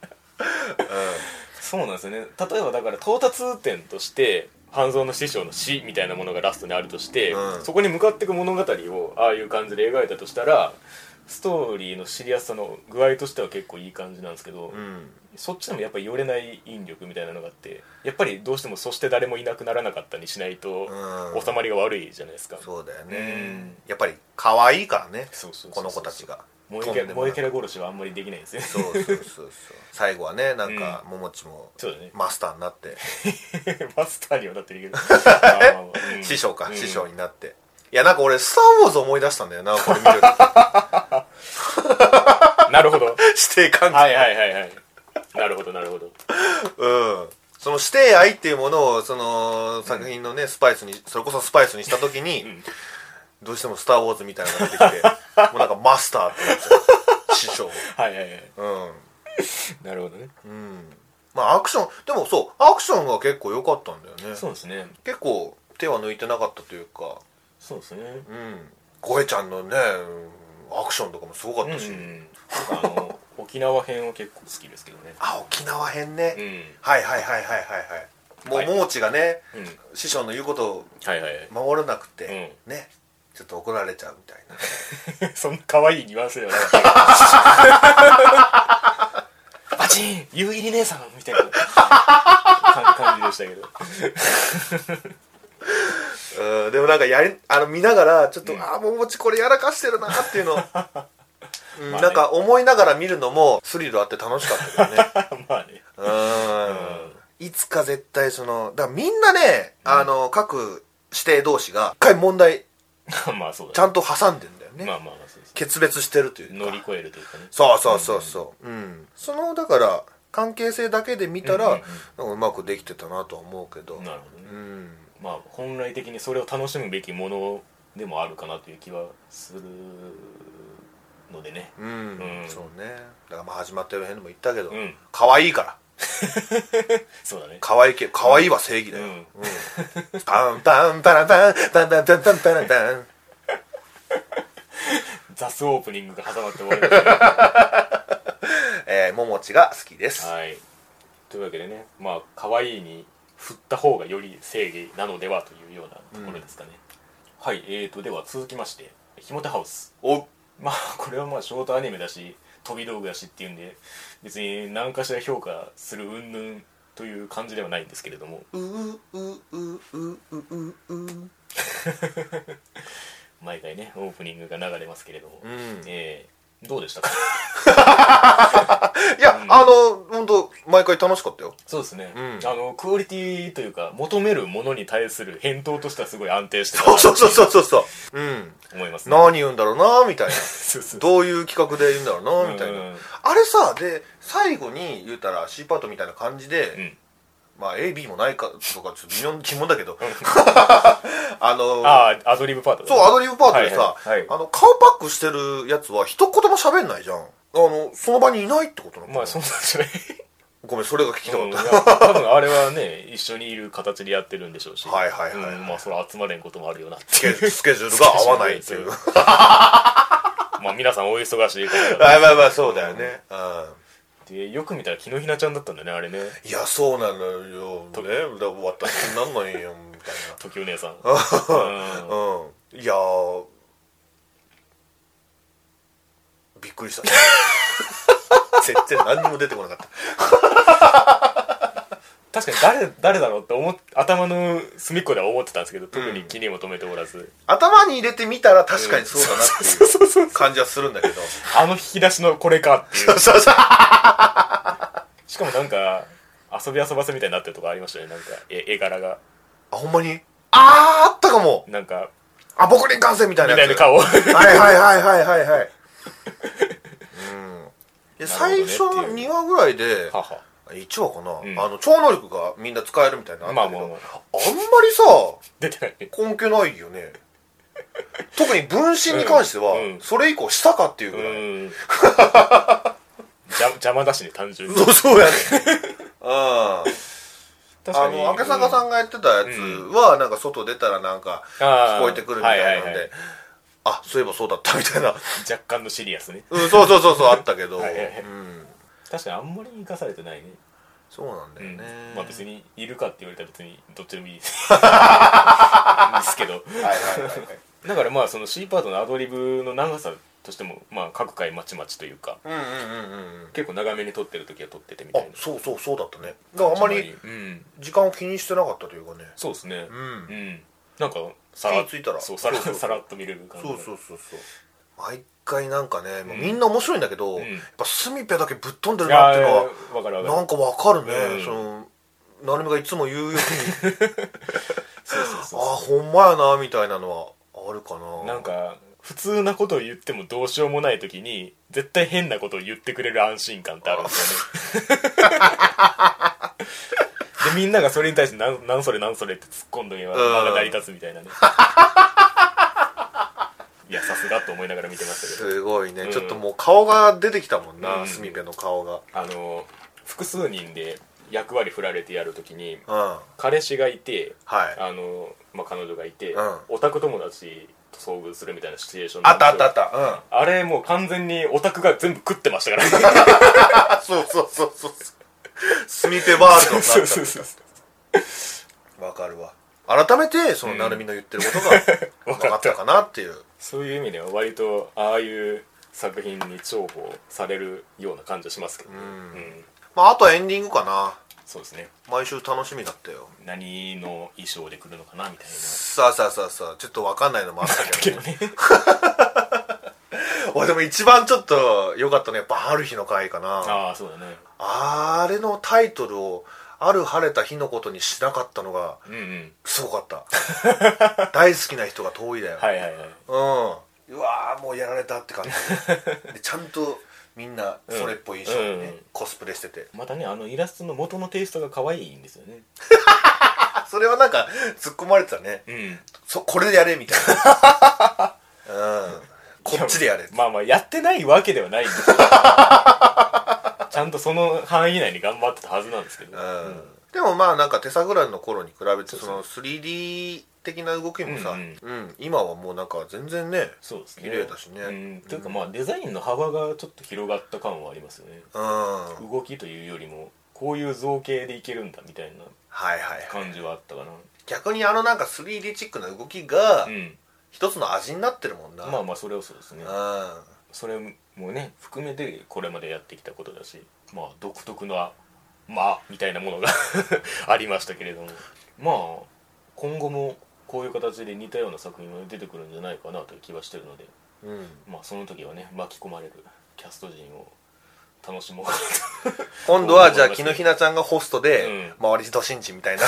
S1: そうなんですよね例えばだから到達点として半蔵の師匠の死みたいなものがラストにあるとして、
S2: うん
S1: そこに向かっていく物語をああいう感じで描いたとしたらストーリーのシリアスさの具合としては結構いい感じなんですけど、
S2: うん、うん
S1: そっちでもやっぱり寄れない引力みたいなのがあってやっぱりどうしてもそして誰もいなくならなかったにしないと
S2: うん
S1: 収まりが悪いじゃないですか、
S2: そうだよね、
S1: うん
S2: やっぱり可愛いからね
S1: そうそうそうそう
S2: この子たちが
S1: 萌えキャ
S2: と
S1: ラ
S2: んでも
S1: 萌
S2: な
S1: え
S2: い
S1: キャラ殺しはあんまりできないんですね
S2: そうそうそうそう最後はねなんか、ももちも
S1: そうだね
S2: マスターになって、
S1: マスターにはなって るけどまあまあまあうん
S2: 師匠か、
S1: うん
S2: 師匠になっていやなんか俺「スター・ウォーズ」思い出したんだよなこれ見て ると
S1: なるほど
S2: 師弟関係、
S1: はいはいはいはいなるほどなるほど
S2: うんその師弟愛っていうものをその作品のね、スパイスにそれこそスパイスにした時に、
S1: ん
S2: どうしても「スター・ウォーズ」みたいなのが出てき てもうなんかマスターってなっちゃう師匠
S1: はいはいはい
S2: うん
S1: なるほどね
S2: うんまあアクションでもそうアクションが結構良かったんだよね
S1: そうですね
S2: 結構手は抜いてなかったというか
S1: そうですね
S2: うんゴエちゃんのねうんアクションとかもすごか
S1: う
S2: っ
S1: ん、
S2: た
S1: う
S2: し、
S1: ん、あの沖縄編は結構好きですけどね
S2: あ沖縄編ね、
S1: うん
S2: はいはいはいはいはいはいもう、もうちがね
S1: うん
S2: 師匠の言うことを
S1: はいはいはい
S2: 守らなくて、ねちょっと怒られちゃうみたいな
S1: そんな可愛いニュアンスではなかった バチン夕霧姉さんみたいなか感じでしたけど
S2: うんでもなんかやりあの見ながらちょっと、
S1: うん
S2: ああももちこれやらかしてるなっていう の、うん
S1: まあね
S2: なんか思いながら見るのもスリルあって楽しかったけどね
S1: まあね
S2: うんいつか絶対そのだからみんなね、あの各指定同士が一回問題
S1: まあそう
S2: ち
S1: だ
S2: ゃんと挟んでんだよ
S1: ね
S2: ね、
S1: まあまあまあそうです
S2: 決別してるというか
S1: 乗り越えるというかね
S2: そうそうそうそう、うんそのだから関係性だけで見たら、
S1: う
S2: うん
S1: うん
S2: うまくできてたなとは思うけど
S1: なるほどね
S2: うん
S1: まあ本来的にそれを楽しむべきものでもあるかなという気はするのでね
S2: うん、
S1: うん
S2: そうねだからまあ始まったようも言ったけど、
S1: うん
S2: 可愛いから
S1: そうだね
S2: 可愛いけど可愛いは正義だよ、
S1: う
S2: うんんタンタンタラタンタンタンタンタンタンタン
S1: 雑オープニングが挟まって終わりましたね
S2: えー、ももちが好きです、
S1: はいというわけでねまあ可愛いに振った方がより正義なのではというようなところですかね、はいえーとでは続きまして「ひもてハウス」
S2: お
S1: まあこれはまあショートアニメだし飛び道具だしっていうんで別に何かしら評価する云々という感じではないんですけれども
S2: うううううううう
S1: 毎回ねオープニングが流れますけれども、
S2: ん
S1: えーどうでしたか
S2: いや、あの本当毎回楽しかったよ
S1: そうですね、
S2: ん
S1: あのクオリティというか求めるものに対する返答としてはすごい安定してた
S2: そ
S1: な
S2: うそうそうそうそううん
S1: と思いますね
S2: 何言うんだろうなみたいな
S1: そうそう
S2: どういう企画で言うんだろうなみたいな、
S1: うん
S2: あれさで最後に言うたら C パートみたいな感じで、
S1: うん
S2: まあ AB もないかとかちょっと微妙な 疑問だけどあの
S1: ああアドリブパートだ
S2: そうアドリブパートでさ、
S1: はいはいはい
S2: あの顔パックしてるやつは一言も喋んないじゃんあのその場にいないってことなのかな、
S1: まあそうなんですね
S2: ごめんそれが聞きた
S1: う
S2: か
S1: んい
S2: っ
S1: や
S2: た、
S1: 多分あれはね一緒にいる形でやってるんでしょうし
S2: はいはいはいはい
S1: うんまあそれ集まれんこともあるよなって
S2: スケスケジュールが合わないって いう
S1: まあ皆さんお忙しいから
S2: まあまあまあそうだよねうん
S1: でよく見たら木のひなちゃんだったんだねあれね
S2: いやそうなのよねだ私なんのよみたいな
S1: 時お姉さん、 うん
S2: うんいやーびっく りした全然何にも出てこなかった
S1: 確かに誰誰だろうって思っ頭の隅っこでは思ってたんですけど特に気にも留めておらず、
S2: 頭に入れてみたら確かにそうだなっていう感じはするんだけど
S1: あの引き出しのこれかっていう
S2: そう そう
S1: しかもなんか遊び遊ばせみたいになってるとこありましたねなんか絵絵柄が
S2: あほんまにあーあったかも
S1: なんか
S2: あ僕に感染みたい
S1: み
S2: な
S1: た
S2: や
S1: いな
S2: つ
S1: 顔
S2: はいはいはいはいはいはい うんで
S1: なるほどね
S2: 最初の
S1: ってい
S2: 2話ぐらいで
S1: はは
S2: 1話かな、
S1: ん
S2: あの超能力がみんな使えるみたいなの
S1: ま
S2: あ
S1: あ
S2: ったけ
S1: ま
S2: ど
S1: あまあ
S2: あんまりさ
S1: 出てない
S2: 根拠ないよね 特に分身に関しては、
S1: うんうん
S2: それ以降したかっていう
S1: う
S2: ぐらい、
S1: ん邪邪魔だしね単純に
S2: そうそう やねあ
S1: 確
S2: あ
S1: かに
S2: の明坂さんがやってたやつは、なんか外出たらなんか聞
S1: 聞
S2: こえてくるみたいなん
S1: はい
S2: で、
S1: はいはい、
S2: あそういえばそうだったみたいな、
S1: 若干のシリアスね
S2: うん、そうそうそうそうあったけど
S1: はいはいはい
S2: うん、
S1: 確かにあんまり生かされてないね
S2: そうなんだよね、
S1: うんまあ別にいるかって言われたら別にどっち でもいいですですけど
S2: はいはいはいはい
S1: だからまあその C パートのアドリブの長さとしてもまあ各回まちまちというか
S2: うんうんうんうんうん
S1: 結構長めに撮ってる時は撮っててみた
S2: あ
S1: いな
S2: そうそうそうだったねだからあんまり
S1: うん
S2: 時間を気にしてなかったというかね
S1: そうですね
S2: うん
S1: うん、なんかさら
S2: 気ぃついたら
S1: そうさら
S2: そうそうそう
S1: さらっと見れる感じ
S2: そうそううそうそう毎回なんかね、もうみんな面白いんだけど、
S1: ん
S2: やっぱスミペだけぶっ飛んでる
S1: いや
S2: なって
S1: ー
S2: いうのは
S1: わかるわか
S2: な
S1: る
S2: んかわかるね、
S1: うん
S2: そのなるみがいつも言うように
S1: そうそう
S2: あ
S1: そ
S2: あほんまやなみたいなのはあるかな
S1: うなんか普通なことを言ってもどうしようもない時に絶対変なことを言ってくれる安心感ってあるんです よねでみんながそれに対してなん「なんそれなんそれ」って突っ込んどけば
S2: うん
S1: まだ成り立つみ たいなねいやさすがと思いながら見てましたけど
S2: すごいね、
S1: うん
S2: ちょっともう顔が出てきたもん
S1: う
S2: なんスミペの顔が
S1: あの複数人で役割振られてやる時に
S2: うんは
S1: 彼氏がいて
S2: い
S1: あの、まあ、彼女がいて、
S2: うん
S1: オタク友達と遭遇するみたいなシチュエーション
S2: あ
S1: なん
S2: っ
S1: で
S2: た
S1: すよ
S2: あったあったうん
S1: あれもう完全にオタクが全部食ってましたからね
S2: あそうそうそうそうスミペワールドになった
S1: そうそうそう
S2: わかるわ改めてそのなるみの言ってる ことが分かったかなっていう
S1: そういう意味では割とああいう作品に重宝されるような感じはしますけど、ね
S2: ん
S1: うん
S2: まああとはエンディングかな
S1: そうですね
S2: 毎週楽しみだったよ
S1: 何の衣装で来るのかなみたい
S2: さあさあさあさあちょっと分かんないのもあった
S1: なだ
S2: け
S1: け
S2: ど
S1: どね
S2: 俺でも一番ちょっと良かったのはやっぱ「ある日の会」かなあ
S1: ああそうだね
S2: れのタイトルを「ある晴れた日のこと」にしなかったのが
S1: うんうん
S2: すごかった 大好きな人が遠いだよ、
S1: はいはいはい
S2: うんうわーもうやられたって感じでちゃんとみんなそれっぽい衣装にね、
S1: うんうん
S2: コスプレしてて
S1: またねあのイラストの元のテイストが可愛いんですよね
S2: あそれはなんか突っ込まれてたね
S1: うん
S2: そこれでやれみたい なうんこっちでやれ
S1: まあまあやってないわけではないん ですけどちゃんとその範囲内に頑張ってたはずなんですけど、
S2: うんでもまあなんか手探りの頃に比べてその 3D 的な動きもさ、
S1: う
S2: うんん今はもうなんか全然ね
S1: そうですね
S2: 綺麗だしね
S1: うん、というかまあデザインの幅がちょっと広がった感はありますよね
S2: うんはい
S1: 動きというよりもこういう造形でいけるんだみたいな
S2: はいはい
S1: 感じはあったかな
S2: 逆にあのなんか 3D チックな動きが
S1: うん
S2: 一つの味になってるもんな、
S1: まあまあそれはそうですね
S2: あ
S1: それもね含めてこれまでやってきたことだしまあ独特なまあみたいなものが ありましたけれどもまあ今後もこういう形で似たような作品が出てくるんじゃないかなという気はしてるので
S2: うん、うん、
S1: まあその時はね巻き込まれるキャスト陣を楽しもうかなと
S2: 今度はじゃあ木のひなちゃんがホストで、
S1: う
S2: 周りとしんちみたいな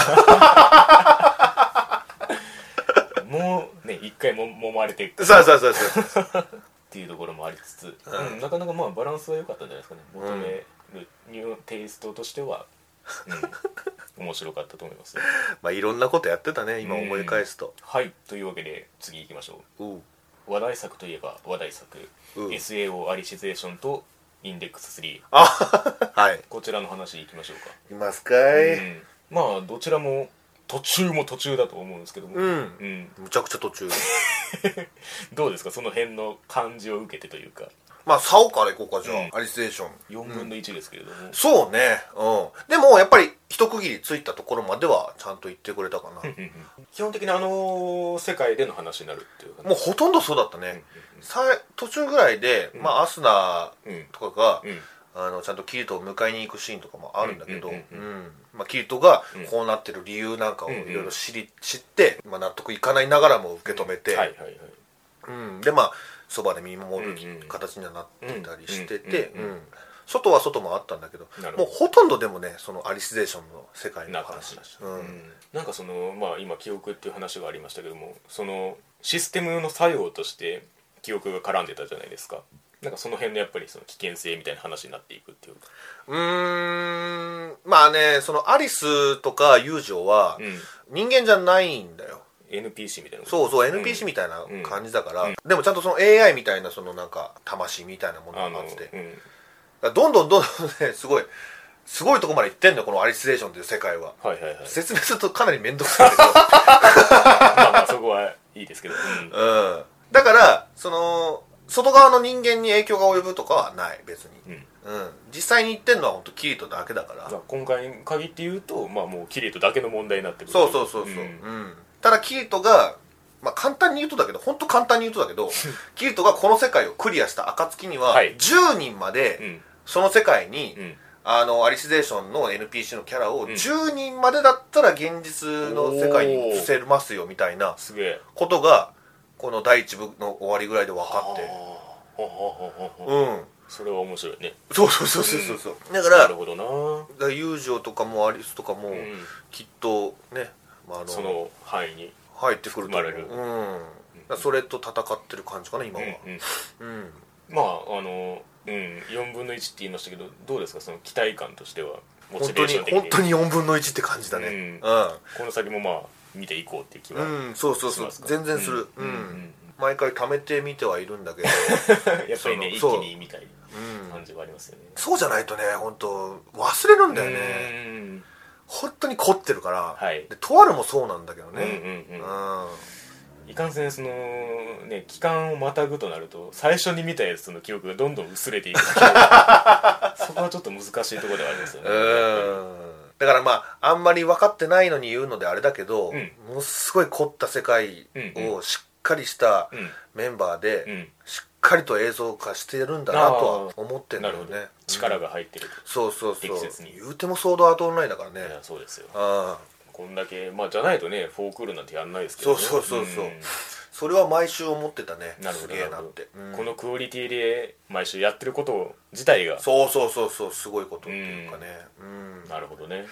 S1: もうね一回も揉まれていくっ
S2: そうそうそうそう
S1: ていうところもありつつ、
S2: うん
S1: うんなかなかまあバランスは良かったんじゃないですかね
S2: ん
S1: 求めるニューテイストとしては、うん面白かったと思います、
S2: まあいろんなことやってたね今思い返すと、
S1: はいというわけで次行きましょ
S2: うう
S1: う話題作といえば話題作、
S2: うん
S1: SAO アリシゼーションとインデックス3
S2: あはい
S1: こちらの話行きましょうか
S2: いますかい、
S1: うん、まあどちらも途中も途中だと思うんですけども、
S2: うん
S1: うん
S2: むちゃくちゃ途中
S1: どうですかその辺の感じを受けてというか
S2: まあ竿からいこうかじゃあ、
S1: うん
S2: アリステーション
S1: 4分の1ですけれども、
S2: そうねうんでもやっぱり一区切りついたところまではちゃんと言ってくれたかな
S1: 基本的にあの世界での話になるっていう感
S2: もうほとんどそうだったね、さ途中ぐらいで、まあ、アスナ
S1: じうん
S2: とかが、
S1: うん
S2: あのちゃんとキリトを迎えに行くシーンとかもあるんだけど、
S1: う
S2: うんん
S1: うん
S2: まあ、キリトが
S1: うん
S2: こうなってる理由なんかを
S1: うんうん
S2: いろいろ知り知って、まあ、納得いかないながらも受け止めて、
S1: はいはいはい
S2: うん、でまあそばで見守る
S1: うんうん
S2: 形にはなってたりしてて、
S1: う
S2: うんん
S1: うんうん
S2: 外は外もあったんだけど
S1: なるほ
S2: も
S1: ど
S2: うほとんどでもねそのアリスゼーションの世界の
S1: なった
S2: 話
S1: 話、
S2: うん
S1: なんかそのまあ今記憶っていう話がありましたけどもそのシステムの作用として記憶が絡んでたじゃないですかなんかその辺のやっぱりその危険性みたいな話になっていくっていうか、
S2: うーんまあねそのアリスとか友情は
S1: う
S2: 人間じゃないんだよ、
S1: ん、NPC みたいなこと
S2: そうそう
S1: うん
S2: NPC みたいな感じだから、でもちゃんとその AI みたいなそのなんか魂みたいなもの
S1: あ
S2: が
S1: の
S2: あって
S1: う
S2: だか
S1: ん、
S2: らどんどんどんどんねすごいすごいとこまで行ってんのよこのアリステーションという世界は
S1: はいはいはい
S2: 説明するとかなり面倒くさいんだけど
S1: まあまあそこはいいですけど、 うん
S2: うんだからその外側の人間に影響が及ぶとかはない別に、うん実際に言ってんのは本当キリトだけだから、
S1: まあ今回に限って言うと、まあ、もうキリトだけの問題になってくる
S2: そうそうそうそう、
S1: ん
S2: うんただキリトが、まあ、簡単に言うとだけど本当簡単に言うとだ けどキリトがこの世界をクリアした暁には、
S1: はい
S2: 10人ま
S1: う
S2: で
S1: ん
S2: その世界に、
S1: うん
S2: あのアリシゼーションの NPC のキャラを
S1: ん
S2: 10人までだったら現実の世界に移せますよみたいな
S1: すげえ
S2: ことがこの第一部の終わりぐらいで分かって
S1: ほうほうほうほうほう
S2: うん
S1: それは面白いね
S2: そうそうそうそうそうそう、だから
S1: な
S2: だ
S1: る
S2: か
S1: ほどな、
S2: ら友情とかもアリスとかも
S1: うん、
S2: きっとね、まあ、あの
S1: その範囲に、
S2: 入ってくると思う
S1: 含まれる
S2: うん、だからそれと戦ってる感じかな今
S1: うん
S2: は
S1: うん
S2: うん、
S1: まああの、うん、4分の1って言いましたけどどうですかその期待感としてはモチベ
S2: 本当
S1: ーション
S2: に
S1: 的に
S2: 本当に4分の1って感じだ
S1: う
S2: ね
S1: ん
S2: う
S1: この先もまあ見ていこうっていう気は、
S2: ん、うん、そうそう
S1: し
S2: そ
S1: ま
S2: う
S1: すか
S2: 全然する
S1: う
S2: うんん、
S1: うんうん
S2: 毎回貯めてみてはいる んだけど、
S1: やっぱりね一気
S2: その
S1: にみたいな
S2: うん、
S1: 感じはありますよね
S2: そうじゃないとね本当忘れるんだよね
S1: うん
S2: 本当に凝ってるから、
S1: はい
S2: でとあるもそうなんだけど
S1: うんうん
S2: ね
S1: う
S2: うんん、
S1: いかんせんそのね期間をまたぐとなると最初に見たやつとの記憶がどんどん薄れていく そこはちょっと難しいところではありますよね
S2: だからまああんまり分かってないのに言うのであれだけど、
S1: うん
S2: ものすごい凝った世界
S1: うんう
S2: をしっかりした
S1: うん
S2: メンバーで、
S1: うん
S2: しっかりと映像化してるんだなとは思ってんだ
S1: な
S2: よ
S1: るほど
S2: ね
S1: 力
S2: が、
S1: が入ってると
S2: そうそうそ
S1: 適
S2: う
S1: 切に
S2: 言うてもソードアートオンラインだからね、
S1: いやそうですよ
S2: ああ
S1: こんだけまあじゃないとねフォークールなんてやんないですけどね
S2: そうそうそうそうんそれは毎週思ってたね
S1: なるほ
S2: す
S1: ど
S2: げ
S1: な
S2: え
S1: る
S2: な
S1: ほ
S2: って、
S1: ど
S2: うん
S1: このクオリティで毎週やってること自体が
S2: そうそうそうそうすごいことっていうかね、うん
S1: なるほどね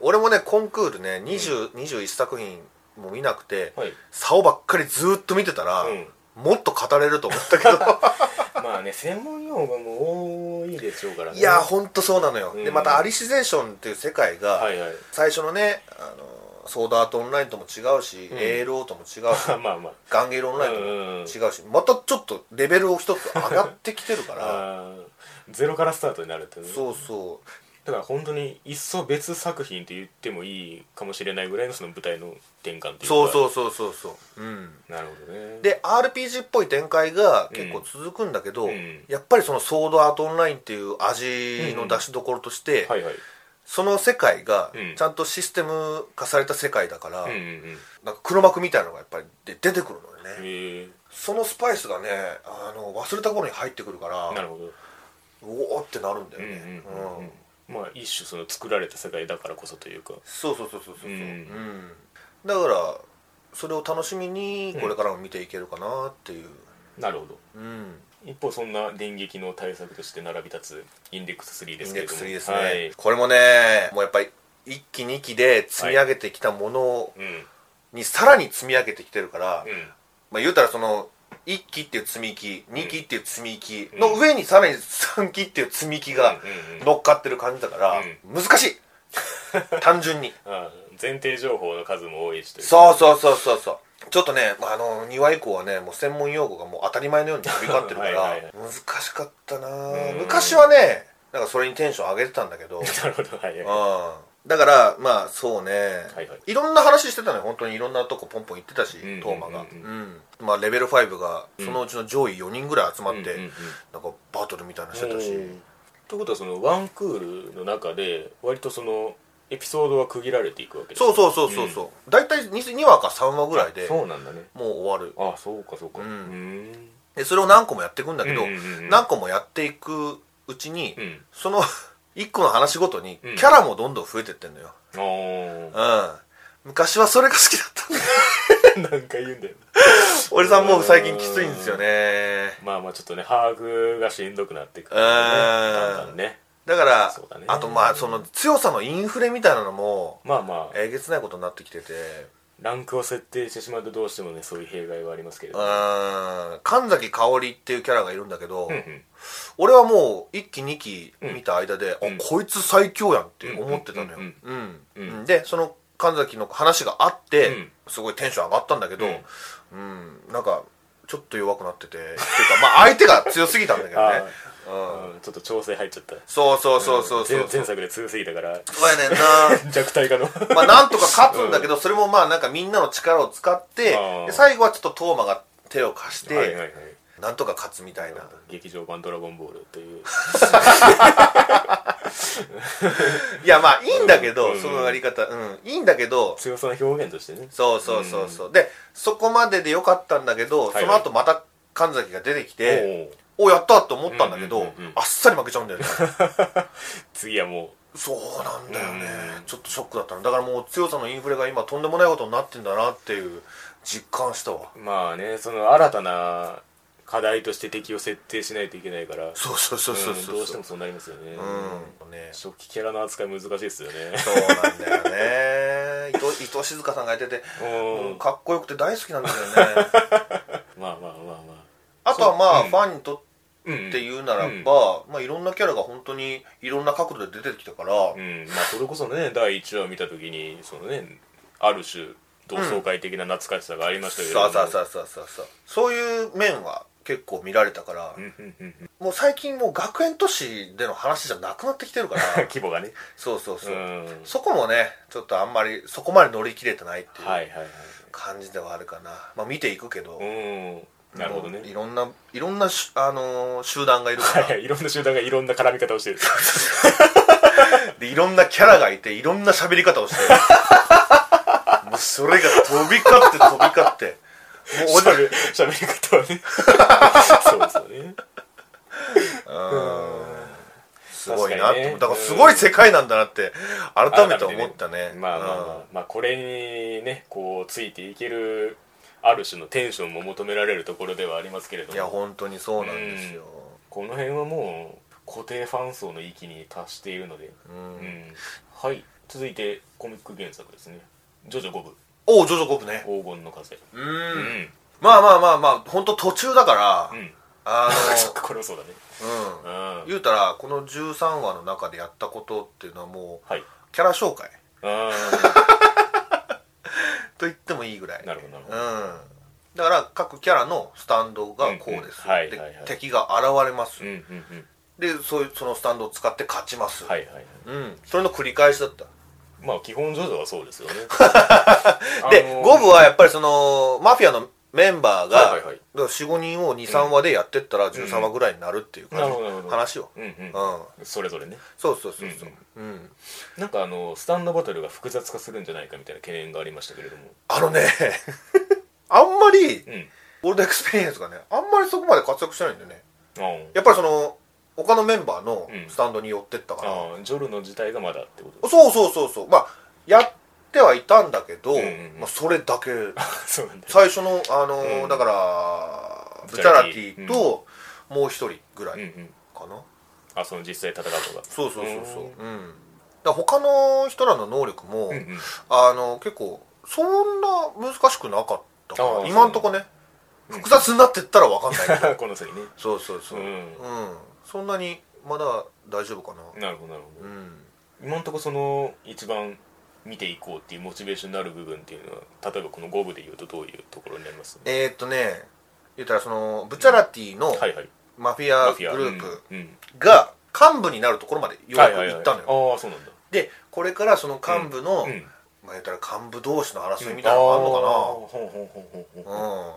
S2: 俺もねコンクールね20、21作品も見なくて、
S1: はい
S2: 竿ばっかりずーっと見てたら、
S1: うん
S2: もっと語れると思ったけ ど
S1: まあね専門用語も多いでしょうからね
S2: いやほんとそうなのよ、
S1: う
S2: で
S1: ん
S2: またアリシゼーションっていう世界が、
S1: はい はい
S2: 最初のねあのソードアートオンラインとも違うし、ALO とも 違うし
S1: まあまあ
S2: ガンゲールオンラインとも
S1: うん
S2: 違うしまたちょっとレベルを一つ上がってきてる から
S1: あーゼロからスタートになるってね
S2: そうそう
S1: だから本当に一層別作品と言ってもいいかもしれないぐらいのその舞台の転換というか
S2: そう
S1: う
S2: そうそうそうそううん
S1: なるほどね
S2: で RPG っぽい展開が結構続くんだけど、
S1: うん
S2: やっぱりそのソードアートオンラインっていう味の出しどころとして、
S1: はいはい
S2: その世界が
S1: うん
S2: ちゃんとシステム化された世界だから、
S1: うんうんうん
S2: なんか黒幕みたいなのがやっぱりで出てくるのよね、
S1: へえ
S2: そのスパイスがねあの忘れた頃に入ってくるから
S1: なるほど
S2: おおってなるんだ
S1: う
S2: よ
S1: んうん
S2: ね
S1: う
S2: うん
S1: うん
S2: ん
S1: まあ一種その作られた世界だからこそというか
S2: そうそうそうそうそう
S1: う
S2: うんんだからそれを楽しみにこれからも見ていけるかなっていう
S1: なるほど
S2: うん
S1: 一方そんな電撃の対策として並び立つインデックス3で
S2: イ
S1: す
S2: ン
S1: け
S2: デ
S1: れ
S2: ック
S1: ども
S2: ス3です
S1: は
S2: ね
S1: い
S2: これもねもうやっぱり1期2期で積み上げてきたもの
S1: うん
S2: にさらに積み上げてきてるから
S1: うん
S2: まあ言うたらその1期っていう積み木2期っていう積み木の上にさらに3期っていう積み木が
S1: うんうんうん
S2: 乗っかってる感じだから
S1: う
S2: 難しい単純に
S1: あ前提情報の数も多いしという
S2: そうそうそうそうそうちょっとねあの2話以降はねもう専門用語がもう当たり前のように飛び交ってるから
S1: はいはいはい
S2: 難しかったな
S1: うん
S2: 昔はねなんかそれにテンション上げてたんだけ ど
S1: なるほどはいはい
S2: うんだからまあそうね、
S1: はい
S2: い
S1: はい
S2: ろんな話してたね本当にいろんなとこポンポン行ってたし、
S1: んうんうん
S2: トーマが、うんまあ、レベル5がそのうちの上位4人ぐらい集まって、
S1: うんうんうん
S2: なんかバトルみたいなのしてたし、
S1: うんということはそのワンクールの中で割とそのエピソードは区切られていくわけです
S2: そうそうそうそうそう、大体 2, 2話か3話ぐらいでも
S1: そうなんだね
S2: う終わる
S1: あそうかそうか
S2: うん
S1: ん
S2: でそれを何個もやっていくんだけど、
S1: うんうんうんうん
S2: 何個もやっていくうちに、
S1: うん
S2: その 1個の話ごとに
S1: うん
S2: キャラもどんどん増えてってんのよ、
S1: あー
S2: うん、昔はそれが好きだった んだ
S1: なんか言うんだよ
S2: 俺さんもう最近きついんですよね
S1: まあまあちょっとね把握がしんどくなってくる
S2: うん
S1: だんだんね
S2: だから
S1: そうだね
S2: あとまあその強さのインフレみたいなのも
S1: まあまあ
S2: えげつないことになってきてて
S1: ランクを設定してしまうとどうしてもねそういう弊害はありますけれ
S2: う
S1: ど
S2: ん神崎かおりっていうキャラがいるんだけど、
S1: うんうん
S2: 俺はもう1期2期見た間で、
S1: うん
S2: あこいつ最強やんって思ってたのよ
S1: うん
S2: うん
S1: うん
S2: でその神崎の話があって、
S1: うん
S2: すごいテンション上がったんだけど
S1: うん
S2: うん、なんかちょっと弱くなっててっていうかまあ相手が強すぎたんだけどね
S1: あ
S2: うん
S1: うんちょっと調整入っちゃった
S2: そうそうそうそうそう
S1: 前前作で強すぎたから
S2: そうやねんな
S1: 弱体化の
S2: まあなんとか勝つんだけど、それもまあなんかみんなの力を使って
S1: あー
S2: で最後はちょっとトーマが手を貸して、
S1: はいはいはい
S2: なんとか勝つみたいな
S1: 劇場版「ドラゴンボール」という
S2: いやまあいいんだけど、
S1: うん
S2: そのやり方うんいいんだけど
S1: 強さの表現としてね
S2: そうそうそうそう、でそこまででよかったんだけど、
S1: いはい
S2: その後また神崎が出てき
S1: おう
S2: ておやったと思ったんだけ
S1: う
S2: ど、
S1: んうんうんうん
S2: あっさり負けちゃうんだ よね
S1: 次はも
S2: そうなんだよね、ちょっとショックだったのだからもう強さのインフレが今とんでもないことになってんだなっていう実感したわ
S1: うまあねその新たな課題として敵を設定しないといけないから
S2: そうそうそうそう
S1: うん
S2: そう、
S1: どうしてもそうなりますよね
S2: うんね
S1: 初期キャラの扱い難しいですよ ね
S2: そうなんだよ ね伊藤伊藤静香さんがやってて、
S1: うん
S2: かっこよくて大好きなんですよ ね
S1: まあまあまあま
S2: あとはま
S1: そ
S2: あ、
S1: ううん
S2: ファンにとって
S1: あ
S2: 言うならば、まあ、いろんなキャラが本当にいろんな角度で出てきたから、
S1: うんまあそれこそね第1話見た時にそのねある種同窓会的な懐かしさがありましたけれど
S2: さ
S1: も
S2: あさあさあさあさあさあそういう面は結構見られたから、
S1: うんうんうんうん
S2: もう最近もう学園都市での話じゃなくなってきてる から
S1: 規模がね
S2: そうそうそう、
S1: うん
S2: そこもねちょっとあんまりそこまで乗り切れてないってい
S1: は
S2: う
S1: いはいはい
S2: 感じではあるかな、まあ見ていくけど、
S1: うんなるほどね
S2: いろんないろんなし、あのー集団がいるか
S1: は
S2: ら
S1: いはいいろんな集団がいろんな絡み方をしてる
S2: でいろんなキャラがいていろんな喋り方をしてるもうそれが飛び交って飛び交ってもう
S1: しゃ
S2: 俺
S1: べしゃべり方は ねそうですよね
S2: すごいなっ
S1: 確か
S2: て思
S1: に
S2: う
S1: ね
S2: だからすごい世界なんだなって改めて思ったね
S1: まあまあまあ、まあ、これにねこうついていけるある種のテンションも求められるところではありますけれ
S2: う
S1: ど
S2: んいや
S1: も
S2: 本当にそうなんですよ、
S1: この辺はもう固定ファン層の域に達しているので、
S2: うん
S1: うんはい続いてコミック原作ですね「ジョジョ5部
S2: おおジョジョコブね
S1: 黄金の風」
S2: うん、
S1: うん
S2: まあまあまあまあ本当途中だから、
S1: うん
S2: あ
S1: そっかこれはそうだね
S2: のうん
S1: うん
S2: 言うたらこの13話の中でやったことっていうのはも
S1: はいう
S2: キャラ紹介
S1: う
S2: と言ってもいいぐらい
S1: んなるほどなる
S2: うん
S1: ほど
S2: だから各キャラのスタンドがこうです、
S1: うんうんはい
S2: で
S1: はいはい
S2: 敵が現れます、
S1: うんうんうん
S2: でそういうそのスタンドを使って勝ちます、
S1: はいはいはい
S2: うん、それの繰り返しだった
S1: まあ基本ジョジョはそう ですよね
S2: で、
S1: あのー
S2: ゴブはやっぱりそのマフィアのメンバーが、
S1: はいはいはい
S2: だから45人を23話でやってったら13話ぐらいになるっていう
S1: な
S2: 感
S1: る
S2: じ、
S1: ほどなるほど
S2: 話を、
S1: うんうん
S2: うん、
S1: それぞれね
S2: そうそうそうそう、うん
S1: なんかあのスタンドバトルが複雑化するんじゃないかみたいな懸念がありましたけれども
S2: あのね あんまり
S1: うん
S2: オールドエクスペリエンスがねあんまりそこまで活躍してないんだよね
S1: あ
S2: やっぱりその他のメンバーの
S1: うん
S2: スタンドに寄ってったから、
S1: あジョルの自体がまだってこと
S2: そうそうそうそうまあやってはいたんだけど、
S1: んうんうん
S2: まあ、それだけ
S1: そうなんだ
S2: 最初のあのー
S1: うん
S2: だからブ
S1: ブチ
S2: チャ
S1: ャ
S2: ラ
S1: ラ
S2: テ
S1: テ
S2: ィ
S1: ィ
S2: ともう一人ぐら
S1: うん
S2: い
S1: うん
S2: かな、
S1: あその実際戦うとか
S2: そうそうそうそううん、だから他の人らの能力
S1: う
S2: も、
S1: んうん
S2: あの結構そんな難しくなかったか
S1: あ
S2: ら
S1: あ
S2: 今んとこね
S1: うん
S2: 複雑になってったら分かんな いけど
S1: この先ね
S2: そうそうそうううんん、そんなにまだ大丈夫かな
S1: なるほどなるほ
S2: うん
S1: 今のところその一番見ていこうっていうモチベーションになる部分っていうのは例えばこの五部でいうとどういうところになります
S2: えーっとね言ったらそのブチャラティの
S1: はいはい
S2: マフィア
S1: マフィア
S2: グループ
S1: うんうん
S2: が幹部になるところまでようやく行ったのよ
S1: よああそうなんだ
S2: でこれからその幹部の、
S1: うん
S2: まあ、言ったら幹部同士の争いみたいなのがあるの
S1: ほうほうほうほう
S2: か
S1: ほう
S2: な、うん、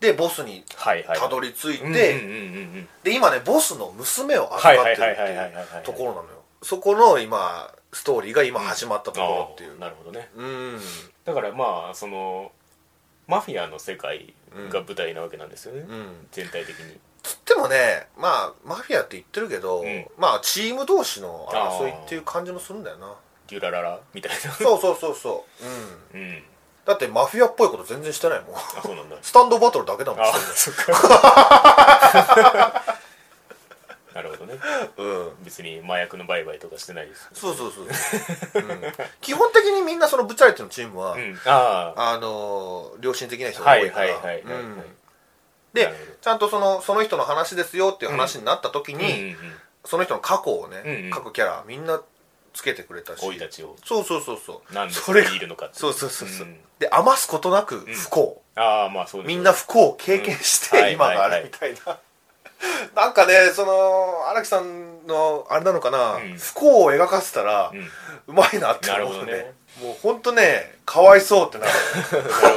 S2: でボスに
S1: はいはい
S2: たどり着いて、
S1: うんうんうんうん
S2: で今ねボスの娘を扱ってるって
S1: はいはいいはいはいはいは
S2: う
S1: い
S2: ところなのよそこの今ストーリーが今始まったところっていう
S1: ああなるほどね
S2: うん
S1: だからまあそのマフィアの世界が舞台なわけなんですよね、
S2: うん
S1: 全体的に
S2: つってもねまあマフィアって言ってるけど、
S1: うん
S2: まあチーム同士の争いっていう感じもするんだよな
S1: デュラララみたいな
S2: そうそうそうそううん
S1: うん
S2: だってマフィアっぽいこと全然してないもん
S1: あそうなんだ
S2: スタンドバトルだけだもん
S1: あ
S2: してる
S1: そっかなるほどね
S2: のうん
S1: 別に麻薬の売買とかしてないです
S2: そうそうそう、うん、基本的にみんなそのブチャレティのチームは、
S1: うんああ
S2: あのー良心的な人が多いから
S1: はいはいはいはいはい
S2: うん
S1: な
S2: で
S1: るほど
S2: ちゃんとそのその人の話ですよっていう話になった時
S1: う
S2: に、
S1: んうんうん
S2: その人の過去をね、
S1: うんうん
S2: 各キャラみんなつけてくれたし
S1: 老いたちを
S2: そうそうそうそう
S1: 何で
S2: それが
S1: いるのかって
S2: そうそうそうそう、
S1: うん
S2: で余すことなく不幸、
S1: ああまあそうです
S2: み
S1: よ
S2: ん
S1: ね
S2: な不幸を経験し
S1: うんは
S2: て
S1: い
S2: 今が
S1: は
S2: あ
S1: い
S2: る
S1: はい
S2: みたいな、 なんかねその荒木さんのあれなのかな、
S1: うん
S2: 不幸を描かせたら、
S1: うん
S2: うまいなって思
S1: な
S2: うね
S1: る
S2: もう本当ねかわいそうってなる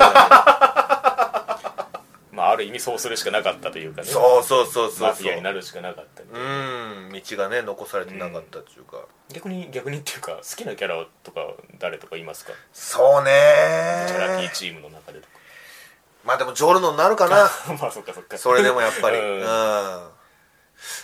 S1: まあある意味そうするしかなかったというかね
S2: そうそうそうそう
S1: マ
S2: そ
S1: フ
S2: う
S1: ィアになるしかなかったみたいな
S2: うん道がね残されてなかったっていうか、
S1: 逆に逆にっていうか好きなキャラとか誰とかいますか
S2: そうね
S1: チャラティチームの中で と
S2: まあでもジョルノになるかな
S1: か まあそっかそっか
S2: それでもやっぱりう、
S1: うんん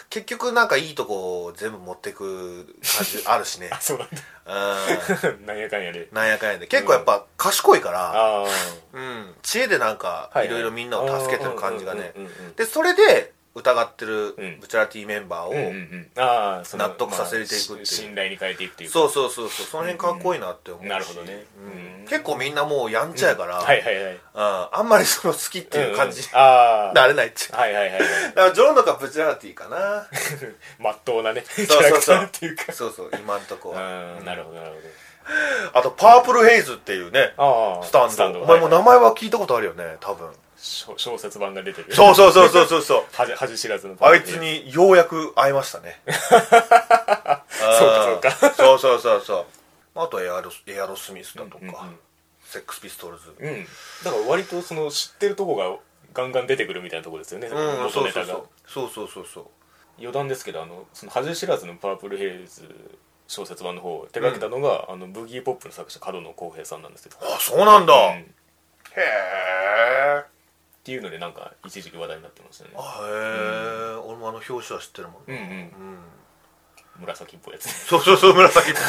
S2: 結局なんかいいとこを全部持ってく感じあるし ね
S1: そうなん
S2: うん
S1: だなんやかんやで
S2: なんやかんやで結構やっぱ賢いから、
S1: あ
S2: うん、知恵でなんか
S1: あ
S2: いろいろみんなを助けてる感じがね
S1: うんうんうんうん
S2: でそれで疑って
S1: う
S2: る
S1: ん
S2: ブチャラティメンバーを、
S1: うんうんうんああその
S2: 納得させていくっていう
S1: まあし信頼に変えていくっていうか
S2: そうそうそうそうその辺かっこいいなって思うし、
S1: なるほどね
S2: うん
S1: うん
S2: 結構みんなもうやんちゃやから、
S1: はいはいはいっ
S2: ああんまりその好きっていう感じ、
S1: ああ
S2: なれないっていう
S1: はいはいはいはい
S2: だからジョンのかブチャラティかな
S1: まっとうなねキ
S2: そう
S1: ャラ
S2: そう
S1: ク
S2: そ
S1: タ
S2: う
S1: ーっていうか
S2: そうそう今んとこは
S1: うんなるほどなるほ
S2: あとパープルヘイズっていうね
S1: どああ
S2: スタンドお前もう
S1: はい
S2: 名前は聞いたことあるよね 多分
S1: 小小説版が出てる
S2: そうそうそうそうそうそう
S1: 恥恥知らずの
S2: あいつにようやく会えま したね
S1: そうか
S2: そうか そうそうそうそうあとエアロスエアロスミスだとか、
S1: うんうん
S2: セックスピストルズ
S1: うん、だから割とその知ってるとこがガンガン出てくるみたいなとこですよね、
S2: うん
S1: 元
S2: そう
S1: ネ
S2: そう
S1: タ
S2: そう
S1: が
S2: そうそうそうそう
S1: 余談ですけどあのその恥知らずの「パープルヘイズ」小説版の方を手掛けたのが、あのブギーポップの作者角野浩平さんなんですけど、
S2: あそうなんだ、
S1: うん
S2: へ
S1: っ
S2: え
S1: ていうのでなんか一時期話題になってましたね
S2: あへえ、俺もあの表紙は知ってるもん
S1: うんう
S2: ね、
S1: ん
S2: うん
S1: 紫っぽいやつ
S2: そうそうそ う紫うんパ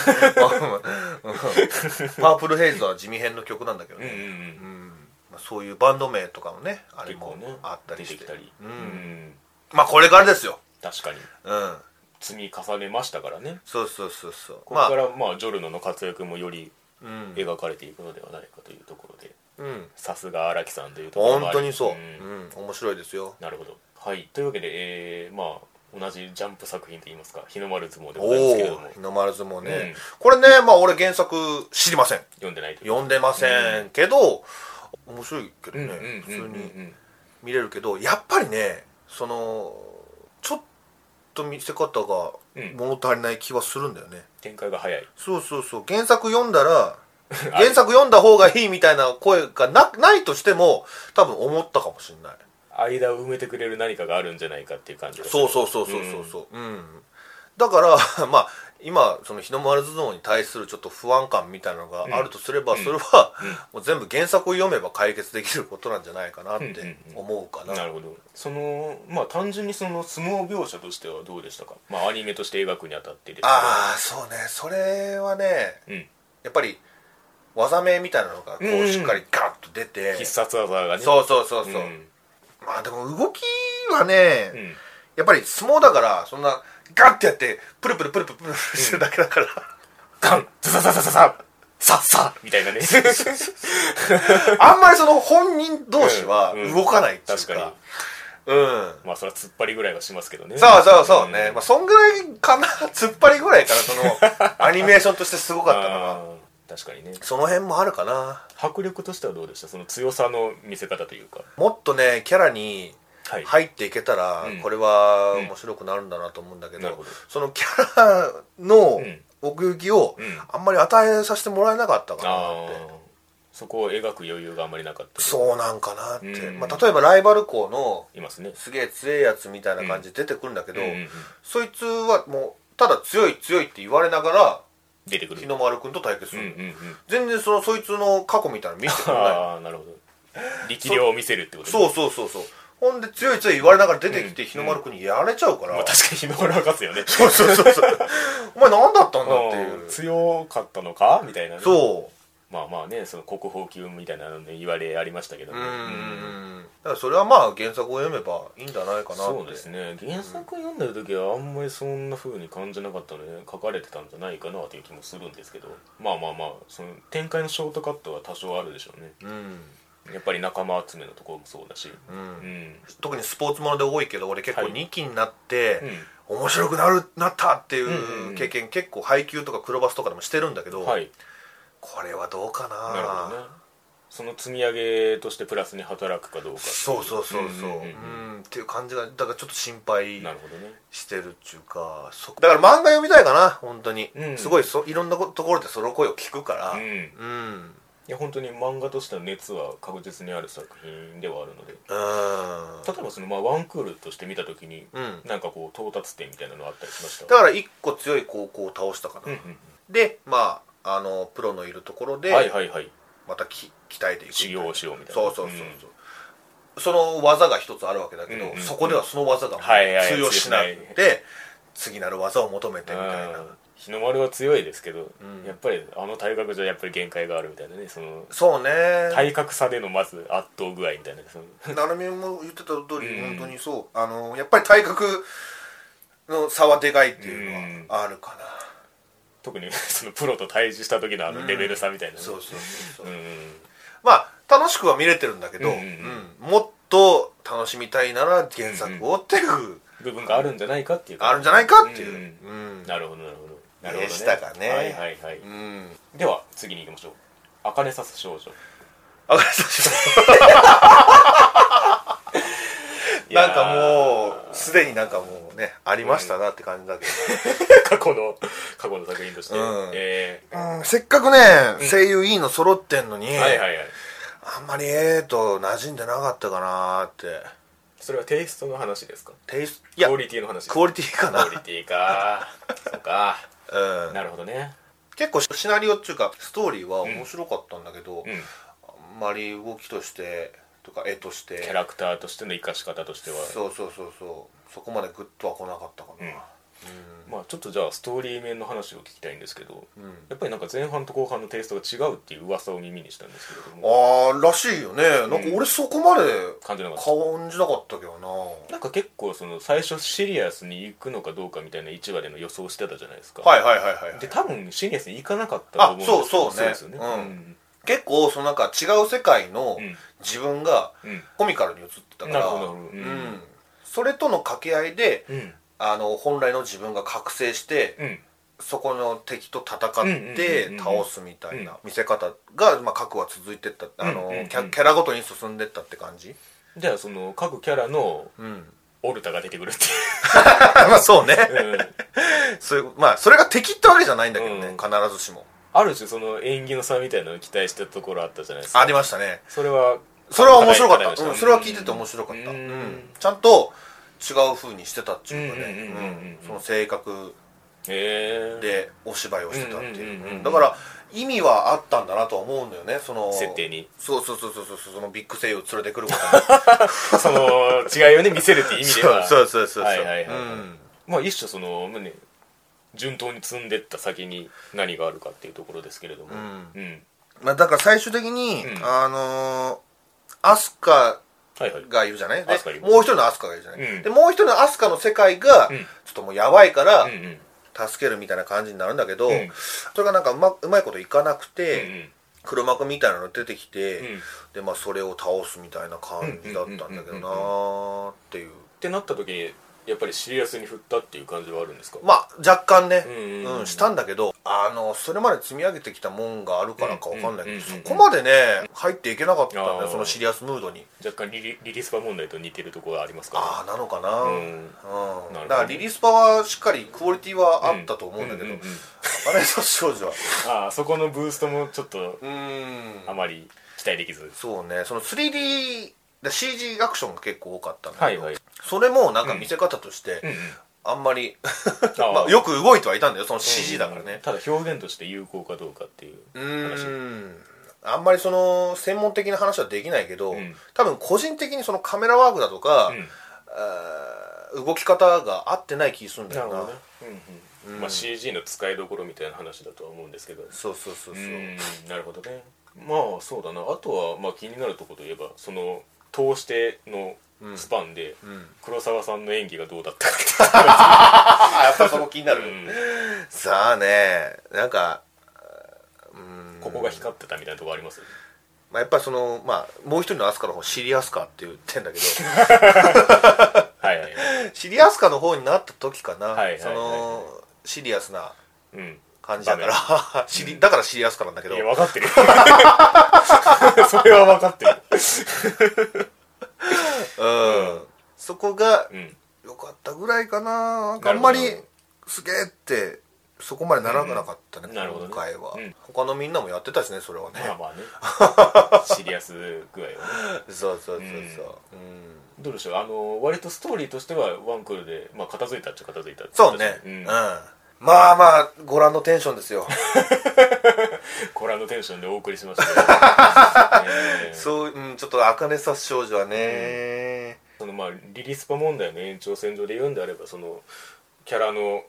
S2: ープルヘイズは地味編の曲なんだけど
S1: うんうんう
S2: ね、うん
S1: ん
S2: まあ、そういうバンド名とかもねあれ
S1: 結構
S2: も
S1: ね
S2: あったりして
S1: 出てきたり、
S2: うん
S1: うん
S2: まあこれからですよ
S1: 確かに
S2: うん
S1: 積み重ねましたからね
S2: そうそうそうそう
S1: ここ
S2: まあ
S1: から、まあ、ジョルノの活躍もより
S2: うん、
S1: 描かれていくのではないかというところで
S2: うん、
S1: さすが荒木さんというところも
S2: 本
S1: あり
S2: 当にそう、
S1: ん
S2: うん面白いですよ
S1: なるほど。はい。というわけで、えー、まあ、同じジャンプ作品といいますか、日の丸相撲で
S2: お
S1: ございますけれども
S2: お、日の丸相撲ね、
S1: うん
S2: これねまあ俺原作知りません
S1: 読んでないという。
S2: 読んでませんけど、面白いけど
S1: う
S2: ね、
S1: んうんうん
S2: 普通
S1: うん
S2: に見れるけどやっぱりねそのちょっと見せ方が
S1: うん
S2: 物足りない気はするんだよね、
S1: 展開が早い。
S2: そうそうそう原作読ん だら原作読んだ方がいいみたいな声がなないとしても多分思ったかもしれない
S1: 間を埋めてくれる何かがあるんじゃないかっていう感じがする
S2: そうそうそうそうそうそううん、だから まあ今その日の丸頭脳に対するちょっと不安感みたいなのがあるとすれば、それは、もう全部原作を読めば解決できることなんじゃないかなっ
S1: うんうん
S2: て思うかな、
S1: なるほどそのまあ単純にその相撲描写としてはどうでしたかまあアニメとして描くにあたってですけど
S2: ああそうねそれはね
S1: うん
S2: やっぱり技名みたいなのがこ
S1: うんう
S2: うんしっかりガッと出て、
S1: 必殺技がね
S2: そうそうそうそう、
S1: ん
S2: まあでも動きはね、
S1: うん
S2: やっぱり相撲だからそんなガッてやってプルプルプルプルプルしてるだけだから、
S1: ガンザザザザザザサッサッみたいな ね
S2: あんまりその本人同士は
S1: うんうん
S2: 動かないっていう
S1: 確
S2: か,、
S1: か
S2: うん
S1: まあそれは突っ張りぐらいはしますけどね
S2: そうそうそうね、
S1: ん
S2: まあ、そんぐらいかな突っ張りぐらいかなそのアニメーションとしてすごかったの
S1: あ
S2: は
S1: ー確かにね
S2: その辺もあるかな
S1: 迫力としてはどうでしたその強さの見せ方というか
S2: もっとねキャラに
S1: はい、
S2: 入っていけたら、
S1: うん
S2: これは面白くなるんだなと思うんだけ
S1: な
S2: ど,、
S1: るほど
S2: そのキャラの
S1: うん
S2: 奥行きを
S1: うん
S2: あんまり与えさせてもらえなかったかな
S1: あ
S2: って、
S1: あそこを描く余裕があんまりなかった
S2: そうなんかなって、
S1: うん
S2: まあ、例えばライバル校の
S1: いますね
S2: すげえ強えやつみたいな感じで出てくるんだけど、
S1: うんうんうん
S2: そいつはもうただ強い強いって言われながら
S1: 出てくる
S2: 日の丸君と対決す
S1: うんう
S2: るの、
S1: んうん
S2: 全然そのそいつの過去みたいなの見せてくれない
S1: ああなるほど力量を見せるって こと
S2: そううそうそうそうほんで強い強い言われながら出てきて
S1: うん
S2: 日の丸君にやられちゃうから、
S1: まあ、確かに日の丸博士よね
S2: そうそうそうそうお前何だったんだっていう
S1: うん強かったのかみたいなね、
S2: そう
S1: まあまあねその国宝級みたいなので言われありましたけど
S2: う
S1: ね
S2: んだからそれはまあ原作を読めばいいんじゃないかなって
S1: そうですね原作読んでる時はあんまりそんな風に感じなかったので書かれてたんじゃないかなという気もするんですけどまあまあまあその展開のショートカットは多少あるでしょうね
S2: うん、
S1: やっぱり仲間集めのところもそうだし
S2: う、
S1: うんん
S2: 特にスポーツもので多いけど俺結構
S1: はい
S2: 2期になって、
S1: うん
S2: 面白くなるなったってい
S1: んうんう
S2: うん経験、結構配給とか黒バスとかでもしてるんだけど、
S1: はい
S2: これはどうかな
S1: なるほどねその積み上げとしてプラスに働くかどうかってい
S2: そうそうそうそう,、うんん
S1: んん
S2: っていう感じがだからちょっと心配
S1: うんなるほどね
S2: してるっていうかそだから漫画読みたいかな本当に、
S1: うん
S2: すごいそいろんなこところでその声を聞くから
S1: うんい
S2: うん、うん
S1: や本当に漫画としての熱は確実にある作品ではあるので例えばそのまあワンクールとして見た時に
S2: うん、
S1: なんかこう到達点みたいなのあったりしました
S2: だから1個強い高校を倒したかな、
S1: うんうん
S2: でまああのプロのいるところで、
S1: はいはいはい
S2: またき鍛えていく
S1: 修行をしようみたいな
S2: そうそうそうそう、その技が一つあるわけだけど、
S1: うんうん
S2: そこではその技が
S1: はいはい
S2: 通用しないで、
S1: 通用し
S2: 次なる技を求めてみたいな、
S1: うん日の丸は強いですけど、
S2: うん
S1: やっぱりあの体格じゃやっぱり限界があるみたいなねその
S2: そうね
S1: 体格差でのまず圧倒具合みたいなねその
S2: 成美も言ってた通り、
S1: うん
S2: 本当にそうあのやっぱり体格の差はでかいっていうのはあるか
S1: 特に そのプロと対峙した時のあのレベル差みたいな
S2: な、
S1: ね、
S2: そうそうそうそう、
S1: うん
S2: まあ楽しくは見れてるんだけど、
S1: うんうん
S2: うんもっと楽しみたいなら原作をっていう、
S1: 部分があるんじゃないかっていう
S2: あるんじゃないかっていう、
S1: うん
S2: うん
S1: なるほどなるほどなるほど、
S2: でしたかね
S1: はいはいはい、
S2: うん
S1: では次に行きましょう「あかねさす少女
S2: あわかりました」なんかもうすでになんかもうねありましたなって感じだけ
S1: う過去の 過去の作品として、
S2: うん
S1: え
S2: ど、うんせっかくね、声優いいの揃ってんのに、
S1: ーはいはいはい
S2: あんまりええと馴染んでなかったかなーって
S1: それはテイストの話ですか
S2: テイスいや
S1: クオリティの話ですか
S2: クオリティかな
S1: クオリティかそうか
S2: うん、
S1: なるほどね
S2: 結構シナリオっていうかストーリーは面白かったんだけど、
S1: うん
S2: あんまり動きとしてとか絵として
S1: キャラクターとしての生かし方としては
S2: そうそうそうそうそこまでグッとは来なかったかな
S1: まあちょっとじゃあストーリー面の話を聞きたいんですけど
S2: うん、
S1: やっぱりなんか前半と後半のテイストが違うっていう噂を耳にしたんですけれども
S2: ああらしいよねなんか俺そこまで
S1: 感じなかった
S2: 感じなかったけどな、
S1: なんか結構その最初シリアスに行くのかどうかみたいな1話での予想してたじゃないですか
S2: はいはいはいはいはい
S1: で多分シリアスに行かなかったと思うんですけど
S2: あそうそうね
S1: ですよねうん
S2: 結構そのなんか違う世界の
S1: うん
S2: 自分が
S1: うん
S2: コミカルに映ってたから
S1: なるほどなるほどうん
S2: うんそれとの掛け合いで
S1: うん
S2: あの本来の自分が覚醒して、
S1: うん
S2: そこの敵と戦
S1: うん
S2: っ
S1: うんうんうんう
S2: て
S1: ん
S2: 倒すみたいな見せ方が、まあ、各話続いてったあの、
S1: うんうんうん
S2: キャキャラごとに進んでったって感じ
S1: じゃあその各キャラの
S2: うん
S1: オルタが出てくるっていう
S2: まあそうね
S1: うん
S2: そういうまあそれが敵ってわけじゃないんだけどね、
S1: うん
S2: 必ずしも
S1: ある種その縁起の差みたいなのを期待してたところあったじゃないですか
S2: ありましたね
S1: それは
S2: それは面白か
S1: 課題
S2: っ
S1: で
S2: た、
S1: し
S2: うんそれは聞いてて面白かった、
S1: う
S2: うんんちゃんと違う風にしてたっていうかね
S1: うんうんうんうんうん
S2: うんその性格
S1: へえ
S2: でお芝居をしてたっていう,、
S1: うんうんうんうん
S2: だから意味はあったんだなとは思うんだよねその
S1: 設定に
S2: そうそうそうそうそうそのビッグ声優を連れてくることに
S1: その違いをね見せるって いう意味では
S2: そうそうそうそうそう
S1: はいはいはいはい
S2: うん
S1: まあ一種そのね順当に積んでった先に何があるかっていうところですけれども
S2: ん
S1: うん
S2: まあ、だから最終的に、
S1: うん
S2: あのーアスカ
S1: はいはい
S2: がいるじゃないで
S1: アスカいる
S2: もう一人のアスカがいるじゃない、
S1: うん
S2: でもう一人のアスカの世界が、
S1: うん
S2: ちょっともうやばいから、
S1: うんうん
S2: 助けるみたいな感じになるんだけど、
S1: うん
S2: それがなんかうまうまいこといかなく
S1: う
S2: て、
S1: ん
S2: 黒幕みたいなの出てきて、
S1: うん
S2: でまあそれを倒すみたいな感じだったんだけどなーっていう
S1: てなった時にやっぱりシリアスに振ったっていう感じはあるんですか、
S2: まあ若干ね、
S1: う
S2: うんん
S1: うんうん
S2: したんだけどあのそれまで積み上げてきたもんがあるからかわかんないけど、
S1: うんうんうんうん
S2: そこまでね入っていけなかったんだ
S1: あ
S2: よ
S1: ー
S2: そのシリアスムードに
S1: 若干リリリリスパ問題と似てるところはあります
S2: あ
S1: か
S2: あなのかな、
S1: ら、
S2: う
S1: うんん、なるほど
S2: だからリリースパはしっかりクオリティはあったと思うんだけど、
S1: ううう
S2: アナイソス少女は
S1: ああそこのブーストもちょっと
S2: うーん
S1: あまり期待できず
S2: そうねその 3D で CG アクションが結構多かったんだけど、
S1: はいはい
S2: それもなんか見せ方として、
S1: うんうん
S2: あんまり
S1: あ
S2: まあ、よく動いてはいたんだよその CG だからね
S1: ただ表現として有効かどうかっていう
S2: う
S1: 話
S2: ーんあんまりその専門的な話はできないけど、
S1: ん
S2: 多分個人的にそのカメラワークだとか、
S1: うん
S2: あー動き方が合ってない気するんだよな
S1: うんうんまあ、CG の使いどころみたいな話だとは思うんですけど
S2: そうそうそうそう、
S1: うんなるほどねまあそうだなあとはまあ気になるところといえばその通してのスパンで黒沢さんの演技がどうだったかっていう
S2: ああやっぱそこ気になる、さあねなんか、
S1: ここが光ってたみたいなとこあります
S2: まあ、やっぱりそのまあもう一人のアスカの方シリアスカって言ってんだけど
S1: はいはいはい
S2: シリアスカの方になった時かな、
S1: はいはいはい
S2: そのシリアスな
S1: うん
S2: 感じだから シリだからシリアスカなんだけど
S1: いや分かってる よそれは分かってる
S2: うんそこが
S1: うん
S2: 良かったぐらいかな,、
S1: な
S2: あ
S1: る
S2: ん
S1: ほ
S2: ま
S1: ど
S2: りすげえってそこまでならなかったね、
S1: うんなるほどね
S2: 今回は、
S1: うん
S2: 他のみんなもやってたしねそれはね、
S1: まあまあね シリアス具合はね
S2: そうそうそうそう、うん
S1: どうでしょうあの割とストーリーとしてはワンクールで、まあ、片付いたっちゃ片付いた
S2: そうね、
S1: うん
S2: うんまあまあご覧のテンションですよ
S1: ご覧のテンションでお送りしました けど、ねえ
S2: そう、うん、ちょっと、あかねさ少女はね、
S1: そのまあリリスパ問題の延長線上で言うんであればそのキャラの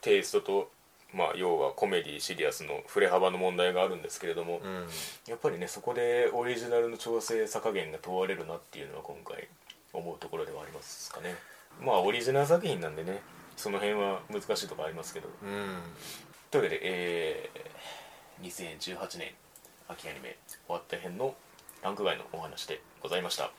S1: テイストと、まあ、要はコメディシリアスの振れ幅の問題があるんですけれども、
S2: うん、
S1: やっぱりねそこでオリジナルの調整さ加減が問われるなっていうのは今回思うところではありますかねまあオリジナル作品なんでねその辺は難しいところありますけど
S2: うん、
S1: というわけで、えー2018年秋アニメ終わった編のランク外のお話でございました